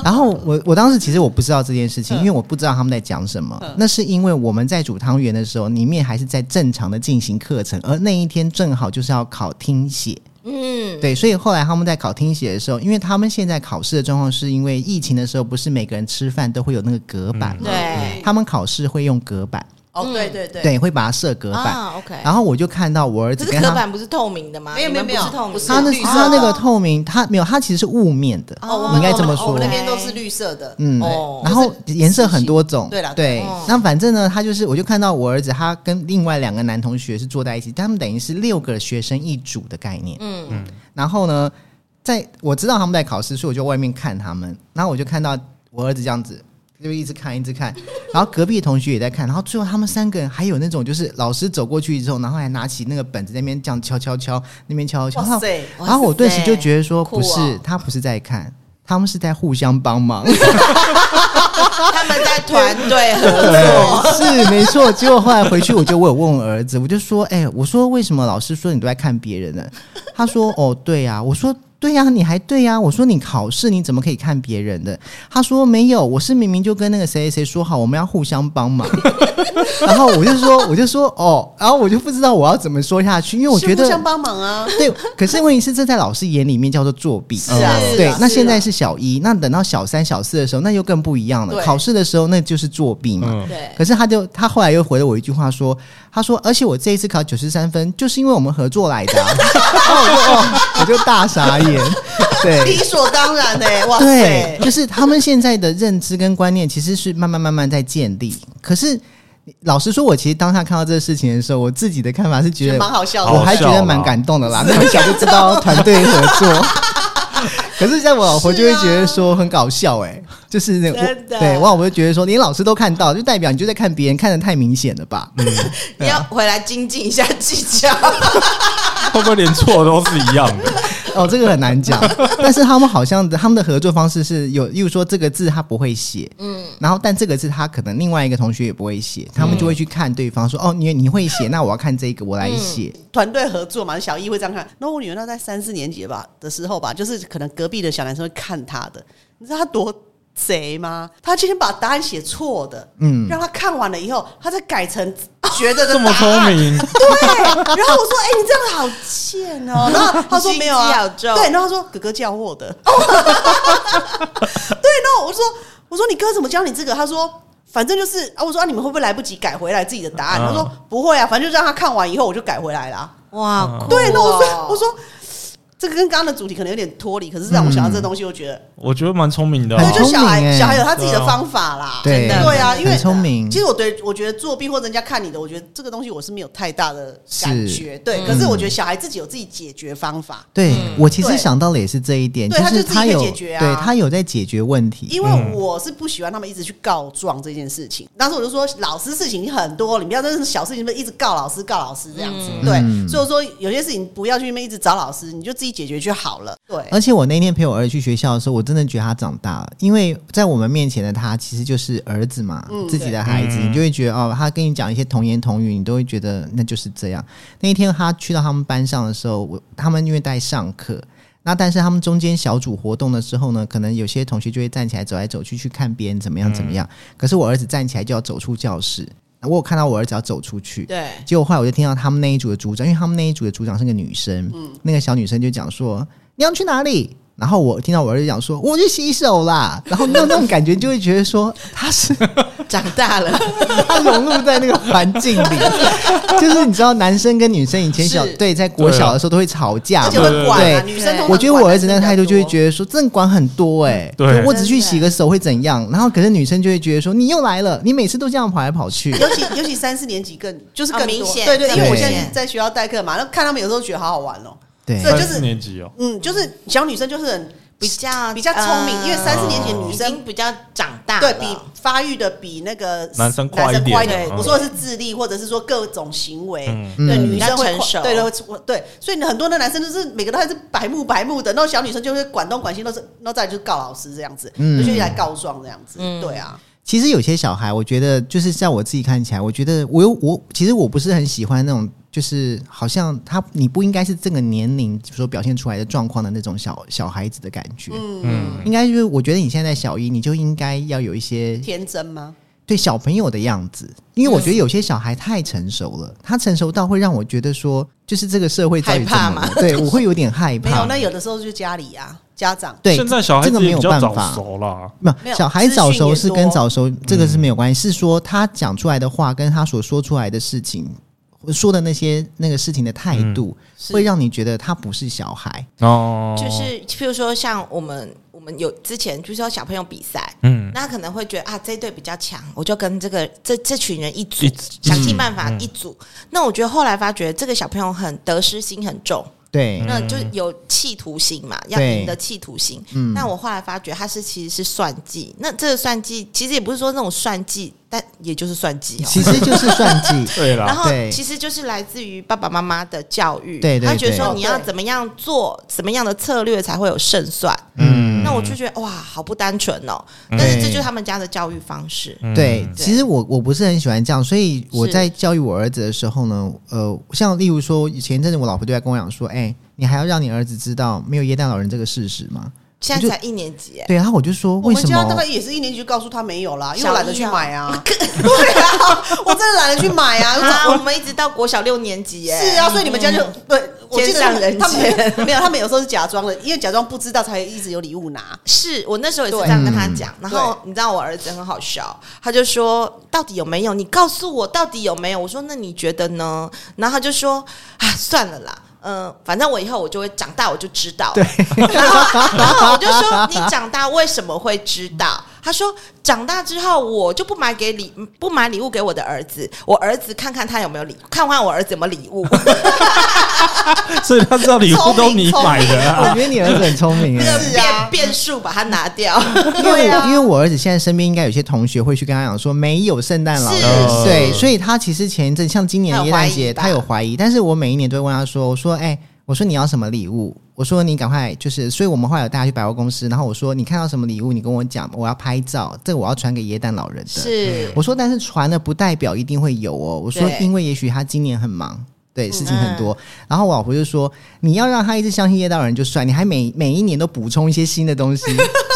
[SPEAKER 1] 然后我我当时其实我不知道这件事情，因为我不知道他们在讲什么。那是因为我们在煮汤圆的时候，里面还是在正常的进行课程，而那一天正好就是要考听写。
[SPEAKER 4] 嗯，
[SPEAKER 1] 对，所以后来他们在考听写的时候，因为他们现在考试的状况是因为疫情的时候，不是每个人吃饭都会有那个隔板嘛？
[SPEAKER 4] 对，
[SPEAKER 1] 他们考试会用隔板，
[SPEAKER 3] 哦，
[SPEAKER 4] 嗯
[SPEAKER 3] 对对哦对，
[SPEAKER 1] 对，会把它设隔板。
[SPEAKER 4] 啊，OK。
[SPEAKER 1] 然后我就看到我儿
[SPEAKER 4] 可
[SPEAKER 1] 子
[SPEAKER 4] 是
[SPEAKER 1] 跟
[SPEAKER 4] 刻
[SPEAKER 1] 他，
[SPEAKER 4] 板不是透明的吗？
[SPEAKER 3] 没有
[SPEAKER 4] 你们
[SPEAKER 3] 没有
[SPEAKER 4] 不是透明的，
[SPEAKER 3] 不是
[SPEAKER 1] 他那
[SPEAKER 3] 绿色
[SPEAKER 1] 他那
[SPEAKER 3] 的
[SPEAKER 1] 个透明，他没有，他其实是雾面的，
[SPEAKER 3] 哦，我
[SPEAKER 1] 你应
[SPEAKER 3] 们
[SPEAKER 1] 该这么
[SPEAKER 3] 我
[SPEAKER 1] 说
[SPEAKER 3] 们。那边都是绿色的，
[SPEAKER 1] 嗯
[SPEAKER 4] 哦，
[SPEAKER 1] 然后颜色很多种，
[SPEAKER 3] 对啦嗯
[SPEAKER 1] 对
[SPEAKER 4] 哦。
[SPEAKER 1] 那反正呢，他就是，我就看到我儿子，他跟另外两个男同学是坐在一起，他们等于是六个学生一组的概念。
[SPEAKER 4] 嗯，
[SPEAKER 1] 然后呢，在我知道他们在考试，所以我就外面看他们，然后我就看到我儿子这样子。就一直看，一直看，然后隔壁的同学也在看，然后最后他们三个人还有那种，就是老师走过去之后，然后还拿起那个本子在那边这样敲敲敲，那边敲敲敲，
[SPEAKER 3] 嗯哇
[SPEAKER 1] 然后
[SPEAKER 3] 塞，
[SPEAKER 4] 哦
[SPEAKER 1] 然后我顿时就觉得说，
[SPEAKER 4] 酷
[SPEAKER 1] 不是
[SPEAKER 4] 哦
[SPEAKER 1] 他不是在看，他们是在互相帮 忙，
[SPEAKER 4] 他们在团 队合作，
[SPEAKER 1] 对，是没错。结果后来回去，我就我有问我儿子，我就说，哎、我说为什么老师说你都在看别人呢？他说，哦，对呀、我说。对呀、你还对呀、我说你考试你怎么可以看别人的？他说没有，我是明明就跟那个谁谁谁说好，我们要互相帮忙。 然后我就说，我就说哦，然后我就不知道我要怎么说下去，因为我
[SPEAKER 3] 是
[SPEAKER 1] 觉得
[SPEAKER 3] 互相帮忙啊，
[SPEAKER 1] 对，可是问题是，这在老师眼里面叫做作弊。是
[SPEAKER 3] 啊是啊
[SPEAKER 1] 对
[SPEAKER 3] 是。啊
[SPEAKER 1] 那现在是小一，那等到小三、小四的时候，那又更不一样了。
[SPEAKER 3] 对
[SPEAKER 1] 考试的时候，那就是作弊嘛。
[SPEAKER 2] 嗯，
[SPEAKER 4] 对，
[SPEAKER 1] 可是他就他后来又回了我一句话说，他说，而且我这一次考九十三分，就是因为我们合作来的啊、 然后我就哦，我就大傻眼，
[SPEAKER 3] 理
[SPEAKER 1] 对。
[SPEAKER 3] 所当然的，哇
[SPEAKER 1] 对
[SPEAKER 3] 塞，，
[SPEAKER 1] 就是他们现在的认知跟观念其实是慢慢慢慢在建立。可是，老实说，我其实当下看到这个事情的时候，我自己的看法是觉
[SPEAKER 3] 觉
[SPEAKER 1] 得
[SPEAKER 3] 得蛮好笑
[SPEAKER 1] 我
[SPEAKER 2] 好
[SPEAKER 3] 的，
[SPEAKER 1] 还觉得蛮感动的 啦，那么小就知道团队合作。可是像我老婆就会觉得说很搞笑哎、就是那我
[SPEAKER 3] 真的
[SPEAKER 1] 对我老婆就觉得说连老师都看到，就代表你就在看别人看的太明显了吧？啊
[SPEAKER 4] 你要回来精进一下技巧。
[SPEAKER 2] 会不会连错都是一样 的？
[SPEAKER 1] 哦，这个很难 讲。但是他们好像他们的合作方式是有，例如说这个字他不会写，嗯，然后但这个字他可能另外一个同学也不会写，他们就会去看对方说、哦，你你会 写，那我要看这个，我来写。
[SPEAKER 3] 团队合作嘛，小一会这样看。然后我女儿那在三四年级吧的时候吧，就是可能隔壁的小男生会看她的，你知道她多贼吗？她今天把答案写错的，
[SPEAKER 1] 嗯
[SPEAKER 3] 让她看完了以后，她再改成觉得的
[SPEAKER 2] 这么
[SPEAKER 3] 答
[SPEAKER 2] 聪
[SPEAKER 3] 案。
[SPEAKER 2] 明，
[SPEAKER 3] 对， 然后我说：“哎、你这样好贱 哦。”然后他说：“没有
[SPEAKER 4] 心机
[SPEAKER 3] 啊
[SPEAKER 4] 好。”重
[SPEAKER 3] 对，然后他说：“哥哥教我 的。”对，然后我说：“我说你哥怎么教你这个？”他说：“反正就是啊。”我说：“啊，你们会不会来不及改回来自己的答案？”
[SPEAKER 2] 嗯
[SPEAKER 3] 他说：“不会啊，反正就让他看完以后我就改回来啦。
[SPEAKER 2] 嗯
[SPEAKER 4] 哇，酷哦
[SPEAKER 3] 对，那我说：“我说。”这个跟刚刚的主题可能有点脱离，可是让我想到这东西，我觉得
[SPEAKER 2] 我觉得蛮聪明的啊、
[SPEAKER 1] 很
[SPEAKER 3] 对，就
[SPEAKER 1] 聪
[SPEAKER 3] 小
[SPEAKER 1] 明
[SPEAKER 3] 孩
[SPEAKER 1] 欸
[SPEAKER 3] 小孩有他自己的方法啦，
[SPEAKER 1] 对
[SPEAKER 3] 真的对啊，因为
[SPEAKER 1] 很聪明
[SPEAKER 3] 其实我对我觉得作弊或人家看你的，我觉得这个东西我是没有太大的感觉，对。
[SPEAKER 4] 嗯
[SPEAKER 3] 可是我觉得小孩自己有自己解决方法，
[SPEAKER 1] 对
[SPEAKER 4] 嗯
[SPEAKER 1] 我其实
[SPEAKER 3] 对
[SPEAKER 1] 想到的也是这一点，
[SPEAKER 3] 对他
[SPEAKER 1] 是
[SPEAKER 3] 就自己
[SPEAKER 1] 他
[SPEAKER 3] 会
[SPEAKER 1] 有
[SPEAKER 3] 解决啊
[SPEAKER 1] 对他有在解决问题，
[SPEAKER 3] 因为
[SPEAKER 2] 嗯
[SPEAKER 3] 我是不喜欢他们一直去告状这件事情。当时我就说，老师事情很多，你不要真是小事情，不是一直告老师告老师这样子，
[SPEAKER 1] 嗯嗯
[SPEAKER 3] 对。所以我说有些事情不要去那边一直找老师，你就自己解决就好了，对。
[SPEAKER 1] 而且我那天陪我儿子去学校的时候，我真的觉得他长大了，因为在我们面前的他其实就是儿子嘛，
[SPEAKER 3] 嗯
[SPEAKER 1] 自己的孩子，
[SPEAKER 2] 对
[SPEAKER 1] 你就会觉得哦，他跟你讲一些童言童语，你都会觉得那就是这样。那一天他去到他们班上的时候，我他们因为在上课。那但是他们中间小组活动的时候呢，可能有些同学就会站起来走来走去，去看别人怎么样怎么样。可是我儿子站起来就要走出教室，我有看到我儿子要走出去，
[SPEAKER 4] 对，
[SPEAKER 1] 结果后来我就听到他们那一组的组长，因为他们那一组的组长是个女生，
[SPEAKER 3] 嗯
[SPEAKER 1] 那个小女生就讲说：“你要去哪里？”然后我听到我儿子讲说：“我去洗手啦。” 然后那那种感觉就会觉得说， 他是
[SPEAKER 4] 长大了，
[SPEAKER 1] 他融入在那个环境里， 就是你知道，男生跟女生以前小
[SPEAKER 4] 是
[SPEAKER 1] 对在国小的时候都会吵架
[SPEAKER 3] 而
[SPEAKER 1] 嘛，
[SPEAKER 3] 且会管啊，
[SPEAKER 1] 对
[SPEAKER 3] 女生通常
[SPEAKER 1] 我觉得我儿子那
[SPEAKER 3] 管男生比较
[SPEAKER 1] 态度就会
[SPEAKER 3] 多
[SPEAKER 1] 觉得说，真的管很多哎、
[SPEAKER 2] 对
[SPEAKER 1] 就我只去洗个手会怎样？然后可是女生就会觉得说，你又来了，你每次都这样跑来跑去。
[SPEAKER 3] 尤其尤其三四年级更就是更
[SPEAKER 4] 哦明
[SPEAKER 3] 多
[SPEAKER 4] 显
[SPEAKER 3] 对对，因为我
[SPEAKER 1] 更
[SPEAKER 3] 现
[SPEAKER 1] 明
[SPEAKER 3] 在
[SPEAKER 4] 显
[SPEAKER 3] 在学校代课嘛，那看他们有时候觉得好好玩哦。
[SPEAKER 1] 对，
[SPEAKER 3] 对
[SPEAKER 2] 三
[SPEAKER 3] 就是
[SPEAKER 2] 四年级哦、
[SPEAKER 3] 嗯，就是小女生就是很
[SPEAKER 4] 比较
[SPEAKER 3] 比较聪明
[SPEAKER 4] 呃
[SPEAKER 3] 因为三
[SPEAKER 2] 四年级的女
[SPEAKER 4] 已
[SPEAKER 3] 生
[SPEAKER 4] 经比较长大了，
[SPEAKER 3] 对比发育的比那个
[SPEAKER 2] 男生快
[SPEAKER 3] 男生
[SPEAKER 2] 一点
[SPEAKER 3] 快一点
[SPEAKER 2] 嗯。
[SPEAKER 3] 我说的是智力，或者是说各种行为，
[SPEAKER 2] 嗯
[SPEAKER 3] 对
[SPEAKER 1] 嗯
[SPEAKER 3] 女生会
[SPEAKER 4] 比较成熟
[SPEAKER 3] 对对对对，所以很多的男生就是每个都还是白目白目的，然后小女生就会管东管西，都是那再来就是告老师这样子，
[SPEAKER 1] 嗯
[SPEAKER 3] 就去来告状这样子
[SPEAKER 4] 嗯，
[SPEAKER 3] 对啊，
[SPEAKER 1] 其实有些小孩，我觉得就是在我自己看起来，我觉得我有我其实我不是很喜欢那种，就是好像他你不应该是这个年龄所表现出来的状况的那种小小孩子的感觉。
[SPEAKER 2] 嗯，
[SPEAKER 1] 应该就是我觉得你现在小一，你就应该要有一
[SPEAKER 4] 嗯
[SPEAKER 1] 些
[SPEAKER 3] 天真吗？
[SPEAKER 1] 对小朋友的样子，因为我觉得有些小孩太成熟了，他成熟到会让我觉得说，就是这个社会到底怎么
[SPEAKER 4] 害怕
[SPEAKER 1] 了？对我会有点害怕。
[SPEAKER 3] 没有，那有的时候就家里啊，家长。
[SPEAKER 1] 对
[SPEAKER 2] 现在小孩
[SPEAKER 1] 这
[SPEAKER 2] 子
[SPEAKER 1] 个没
[SPEAKER 2] 也
[SPEAKER 1] 有
[SPEAKER 2] 比
[SPEAKER 1] 办
[SPEAKER 2] 较早
[SPEAKER 1] 法。
[SPEAKER 2] 熟啦，
[SPEAKER 1] 没有，
[SPEAKER 3] 没有
[SPEAKER 1] 小孩早熟是跟早熟这个
[SPEAKER 2] 嗯
[SPEAKER 1] 是没有关系，是说他讲出来的话跟他所说出来的事情，说的那些那个事情的态度，
[SPEAKER 2] 嗯
[SPEAKER 4] 是
[SPEAKER 1] 会让你觉得他不是小孩。
[SPEAKER 2] 哦，
[SPEAKER 4] 就是譬如说像我们我们有之前就是要小朋友比赛，
[SPEAKER 2] 嗯，
[SPEAKER 4] 那可能会觉得啊，这一队比较强，我就跟这个这这群人一组
[SPEAKER 2] 一组，
[SPEAKER 4] 想尽办法
[SPEAKER 2] 嗯。
[SPEAKER 4] 一组。那我觉得后来发觉这个小朋友很得失心很重，
[SPEAKER 1] 对，
[SPEAKER 3] 嗯
[SPEAKER 4] 那就有企图心嘛，要
[SPEAKER 1] 嗯对
[SPEAKER 4] 赢得企图心。
[SPEAKER 1] 嗯
[SPEAKER 4] 那我后来发觉他是其实是算计，那这个算计其实也不是说那种算计，但也就是算计哦。
[SPEAKER 1] 其实就是算计
[SPEAKER 2] 对
[SPEAKER 4] 然
[SPEAKER 2] 啦，
[SPEAKER 4] 后
[SPEAKER 1] 对
[SPEAKER 4] 其实就是来自于爸爸妈妈的教育，
[SPEAKER 1] 对对
[SPEAKER 4] 他觉得说
[SPEAKER 3] 对
[SPEAKER 4] 你要怎么样做，怎么样的策略才会有胜算。
[SPEAKER 1] 嗯，
[SPEAKER 4] 那我就觉得哇，好不单纯哦。但是
[SPEAKER 1] 对
[SPEAKER 4] 这就是他们家的教育方式。
[SPEAKER 2] 嗯
[SPEAKER 1] 对，
[SPEAKER 4] 对
[SPEAKER 1] 其实我我不是很喜欢这样，所以我在教育我儿子的时候呢，呃，像例如说，前一阵子我老婆就在跟我讲说，哎、你还要让你儿子知道没有耶诞老人这个事实吗？
[SPEAKER 4] 现在才一年 级耶，
[SPEAKER 1] 对，然后我就说，
[SPEAKER 3] 我
[SPEAKER 1] 为
[SPEAKER 3] 们
[SPEAKER 1] 什
[SPEAKER 3] 家大
[SPEAKER 1] 么
[SPEAKER 3] 概？也是一年级就告诉他没有啦，因为
[SPEAKER 4] 小
[SPEAKER 3] 我懒得
[SPEAKER 4] 一
[SPEAKER 3] 去
[SPEAKER 4] 啊
[SPEAKER 3] 买啊。 对啊，我真的懒得去买啊。我早
[SPEAKER 4] 啊，我们一直到国小六年级 耶，
[SPEAKER 3] 是啊，所以你们家就对，我记得他们
[SPEAKER 4] 天
[SPEAKER 3] 他
[SPEAKER 4] 上人间
[SPEAKER 3] 们 没有，他们有时候是假装的，因为假装不知道才一直有礼物拿。
[SPEAKER 4] 是我那时候也是
[SPEAKER 3] 对嗯
[SPEAKER 4] 这样跟他讲，然
[SPEAKER 3] 对
[SPEAKER 4] 后你知道我儿子很好笑，他就说到底有没有？你告诉我到底有没有？我说那你觉得呢？然后他就说啊，算了啦，嗯、反正我以后我就会长大，我就知道。对，然后然后我就说你长大为什么会知道？他说长大之后我就不买给礼不买礼物给我的儿子，我儿子看看他有没有礼，看看我儿子有没有礼物。
[SPEAKER 3] 嗯
[SPEAKER 2] 嗯所以他知道礼物都你买的
[SPEAKER 1] 我
[SPEAKER 2] 啊，
[SPEAKER 1] 觉得你儿子很聪 明、哎。
[SPEAKER 3] 是啊
[SPEAKER 4] 变变数把它拿 掉。
[SPEAKER 1] 因为
[SPEAKER 3] 对
[SPEAKER 1] 我、
[SPEAKER 3] 啊
[SPEAKER 1] 因为我儿子现在身边应该有些同学会去跟他讲说没有圣诞老人，
[SPEAKER 2] 是
[SPEAKER 1] 对，
[SPEAKER 2] 是
[SPEAKER 1] 所以他其实前一阵像今年的耶诞节，他
[SPEAKER 4] 他
[SPEAKER 1] 有
[SPEAKER 4] 有
[SPEAKER 1] 怀疑，但是我每一年都会问他说，我说哎、我说你要什么礼物？我说你赶快就是，所以我们后来有带他去百货公司，然后我说你看到什么礼物，你跟我讲，我要拍照，这个我要传给耶诞老人的。
[SPEAKER 4] 是
[SPEAKER 1] 我说但是传了不代表一定会有哦，我说
[SPEAKER 4] 对嗯
[SPEAKER 1] 因为也许他今年很忙。对，事情很多，然后我老婆就说：“你要让他一直相信夜道人就算，你还每每一年都补充一些新的东 西。”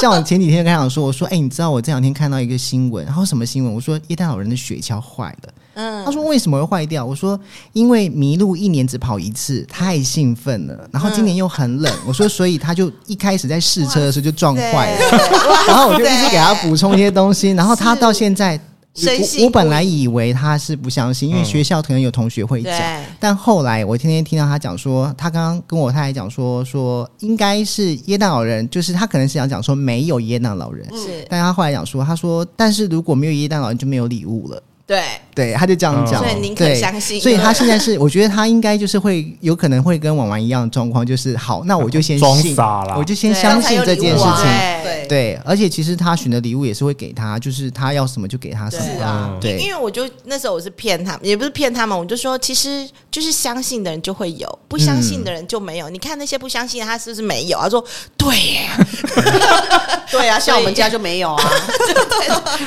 [SPEAKER 1] 像我前几天跟他讲说：“我说，哎、你知道我这两天看到一个新闻，然后什么新闻？我说夜道老人的雪橇坏了。”
[SPEAKER 4] 嗯
[SPEAKER 1] 他说为什么会坏掉？我说因为麋鹿一年只跑一次，太兴奋了，然后今年又很冷，
[SPEAKER 4] 嗯
[SPEAKER 1] 我说所以他就一开始在 试车的时候就撞坏了，然后我就一直给他补充一些东西，然后他到现在。
[SPEAKER 4] 深信
[SPEAKER 1] 我我本来以为他是不相信，因为
[SPEAKER 2] 嗯
[SPEAKER 1] 学校可能有同学会讲，
[SPEAKER 4] 对
[SPEAKER 1] 但后来我天天听到他讲说，他刚刚跟我太太讲说，说应该是耶诞老人，就是他可能是想讲说没有耶诞老人，
[SPEAKER 3] 嗯
[SPEAKER 4] 是
[SPEAKER 1] 但他后来讲说，他说但是如果没有耶诞老人就没有礼物了，
[SPEAKER 4] 对，
[SPEAKER 1] 对，他就这样
[SPEAKER 2] 嗯
[SPEAKER 1] 讲，
[SPEAKER 4] 所以宁可
[SPEAKER 1] 对
[SPEAKER 4] 相信。
[SPEAKER 1] 所以他现在是，我觉得他应该就是会有可能会跟婉婉一样的状况，就是好，那我就先
[SPEAKER 2] 装
[SPEAKER 1] 信
[SPEAKER 2] 傻啦
[SPEAKER 1] 我就先
[SPEAKER 4] 对
[SPEAKER 1] 相信这件事
[SPEAKER 4] 刚才有礼物啊
[SPEAKER 1] 情。
[SPEAKER 3] 哎对
[SPEAKER 1] 对，而且其实他选的礼物也是会给他，就是他要什么就给他什
[SPEAKER 4] 是
[SPEAKER 1] 么。
[SPEAKER 4] 啊
[SPEAKER 2] 嗯，
[SPEAKER 1] 对
[SPEAKER 4] 因为我就那时候我是骗他们，也不是骗他们，我就说其实就是相信的人就会有，不相信的人就没有。你看那些不相信的，他是不是没有？他说对耶，
[SPEAKER 3] 对啊，像我们家就没有啊，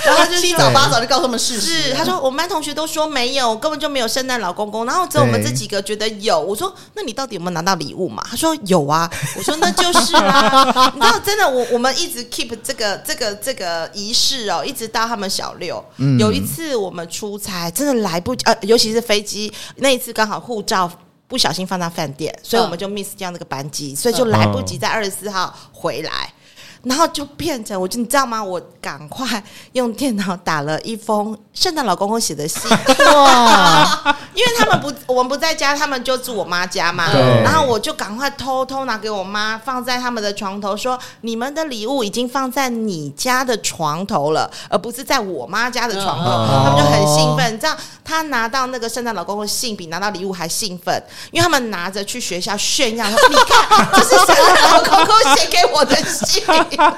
[SPEAKER 4] 然后他就
[SPEAKER 3] 七
[SPEAKER 4] 说
[SPEAKER 3] 早八早就告诉他们事实
[SPEAKER 4] 是，
[SPEAKER 3] 了。
[SPEAKER 4] 他说我们班同学都说没有，根本就没有圣诞老公公，然后只有我们
[SPEAKER 1] 对
[SPEAKER 4] 这几个觉得有。我说那你到底有没有拿到礼物嘛？ 他说有啊。我说那就是啦、你知道真的，我我们一直 keep 这个这个这个仪式哦，一直到他们小六。
[SPEAKER 1] 嗯
[SPEAKER 4] 有一次我们出差，真的来不及，呃，尤其是飞机那一次，刚好护照。不小心放到饭店，所以
[SPEAKER 3] 嗯
[SPEAKER 4] 我们就 miss 掉那个班机，所以就来不及在二十四号回来。然后就变成我，就你知道吗？我赶快用电脑打了一封圣诞老公公写的信，
[SPEAKER 1] 哇，
[SPEAKER 4] 因为他们不，我们不在家，他们就住我妈家嘛。
[SPEAKER 1] 对
[SPEAKER 4] 然后我就赶快偷偷拿给我妈，放在他们的床头，说你们的礼物已经放在你家的床头了，而不是在我妈家的床头。
[SPEAKER 2] 嗯
[SPEAKER 4] 他们就很兴奋，你知道，他拿到那个圣诞老公公的信比拿到礼物还兴奋，因为他们拿着去学校炫耀，说你看，这是圣诞老公公写给我的信，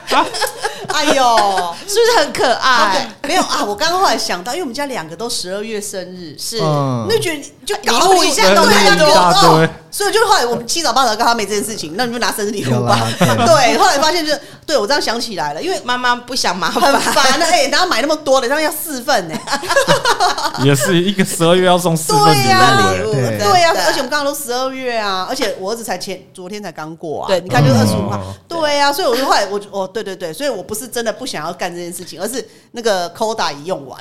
[SPEAKER 3] 哎呦，
[SPEAKER 4] 是不是很可
[SPEAKER 3] 哎
[SPEAKER 4] 爱？
[SPEAKER 3] 没有啊，我刚刚后来想到，因为我们家两个都十二月生日，
[SPEAKER 4] 是。
[SPEAKER 1] 嗯
[SPEAKER 3] 那觉得你就
[SPEAKER 4] 搞不一下都
[SPEAKER 3] 对
[SPEAKER 4] 太
[SPEAKER 3] 啊
[SPEAKER 4] 多
[SPEAKER 2] 一大堆，
[SPEAKER 3] 所以就后来我们七早八早告诉他没这件事情，那你就拿生日礼
[SPEAKER 1] 有
[SPEAKER 3] 物吧
[SPEAKER 1] 啦。
[SPEAKER 3] 对，后来发现就是，对我这样想起来了，因为
[SPEAKER 4] 妈妈不想麻
[SPEAKER 3] 很
[SPEAKER 4] 烦，
[SPEAKER 3] 烦的，哎，然后买那么多的，然后要四份呢，
[SPEAKER 2] 也是一个十二月要送四份礼
[SPEAKER 3] 对
[SPEAKER 2] 物、
[SPEAKER 3] 呀，
[SPEAKER 2] 哎
[SPEAKER 1] 物对
[SPEAKER 3] 对啊呀、
[SPEAKER 4] 真的
[SPEAKER 3] 而且我们刚刚都十二月啊，而且我儿子才前昨天才刚过啊，
[SPEAKER 4] 对
[SPEAKER 3] 你看就
[SPEAKER 2] 嗯
[SPEAKER 3] 二十五号
[SPEAKER 2] 嗯，
[SPEAKER 3] 对啊呀、所以我就后来我就哦，对对对，所以我不是真的不想要干这件事情，而是那个 quota 已用完，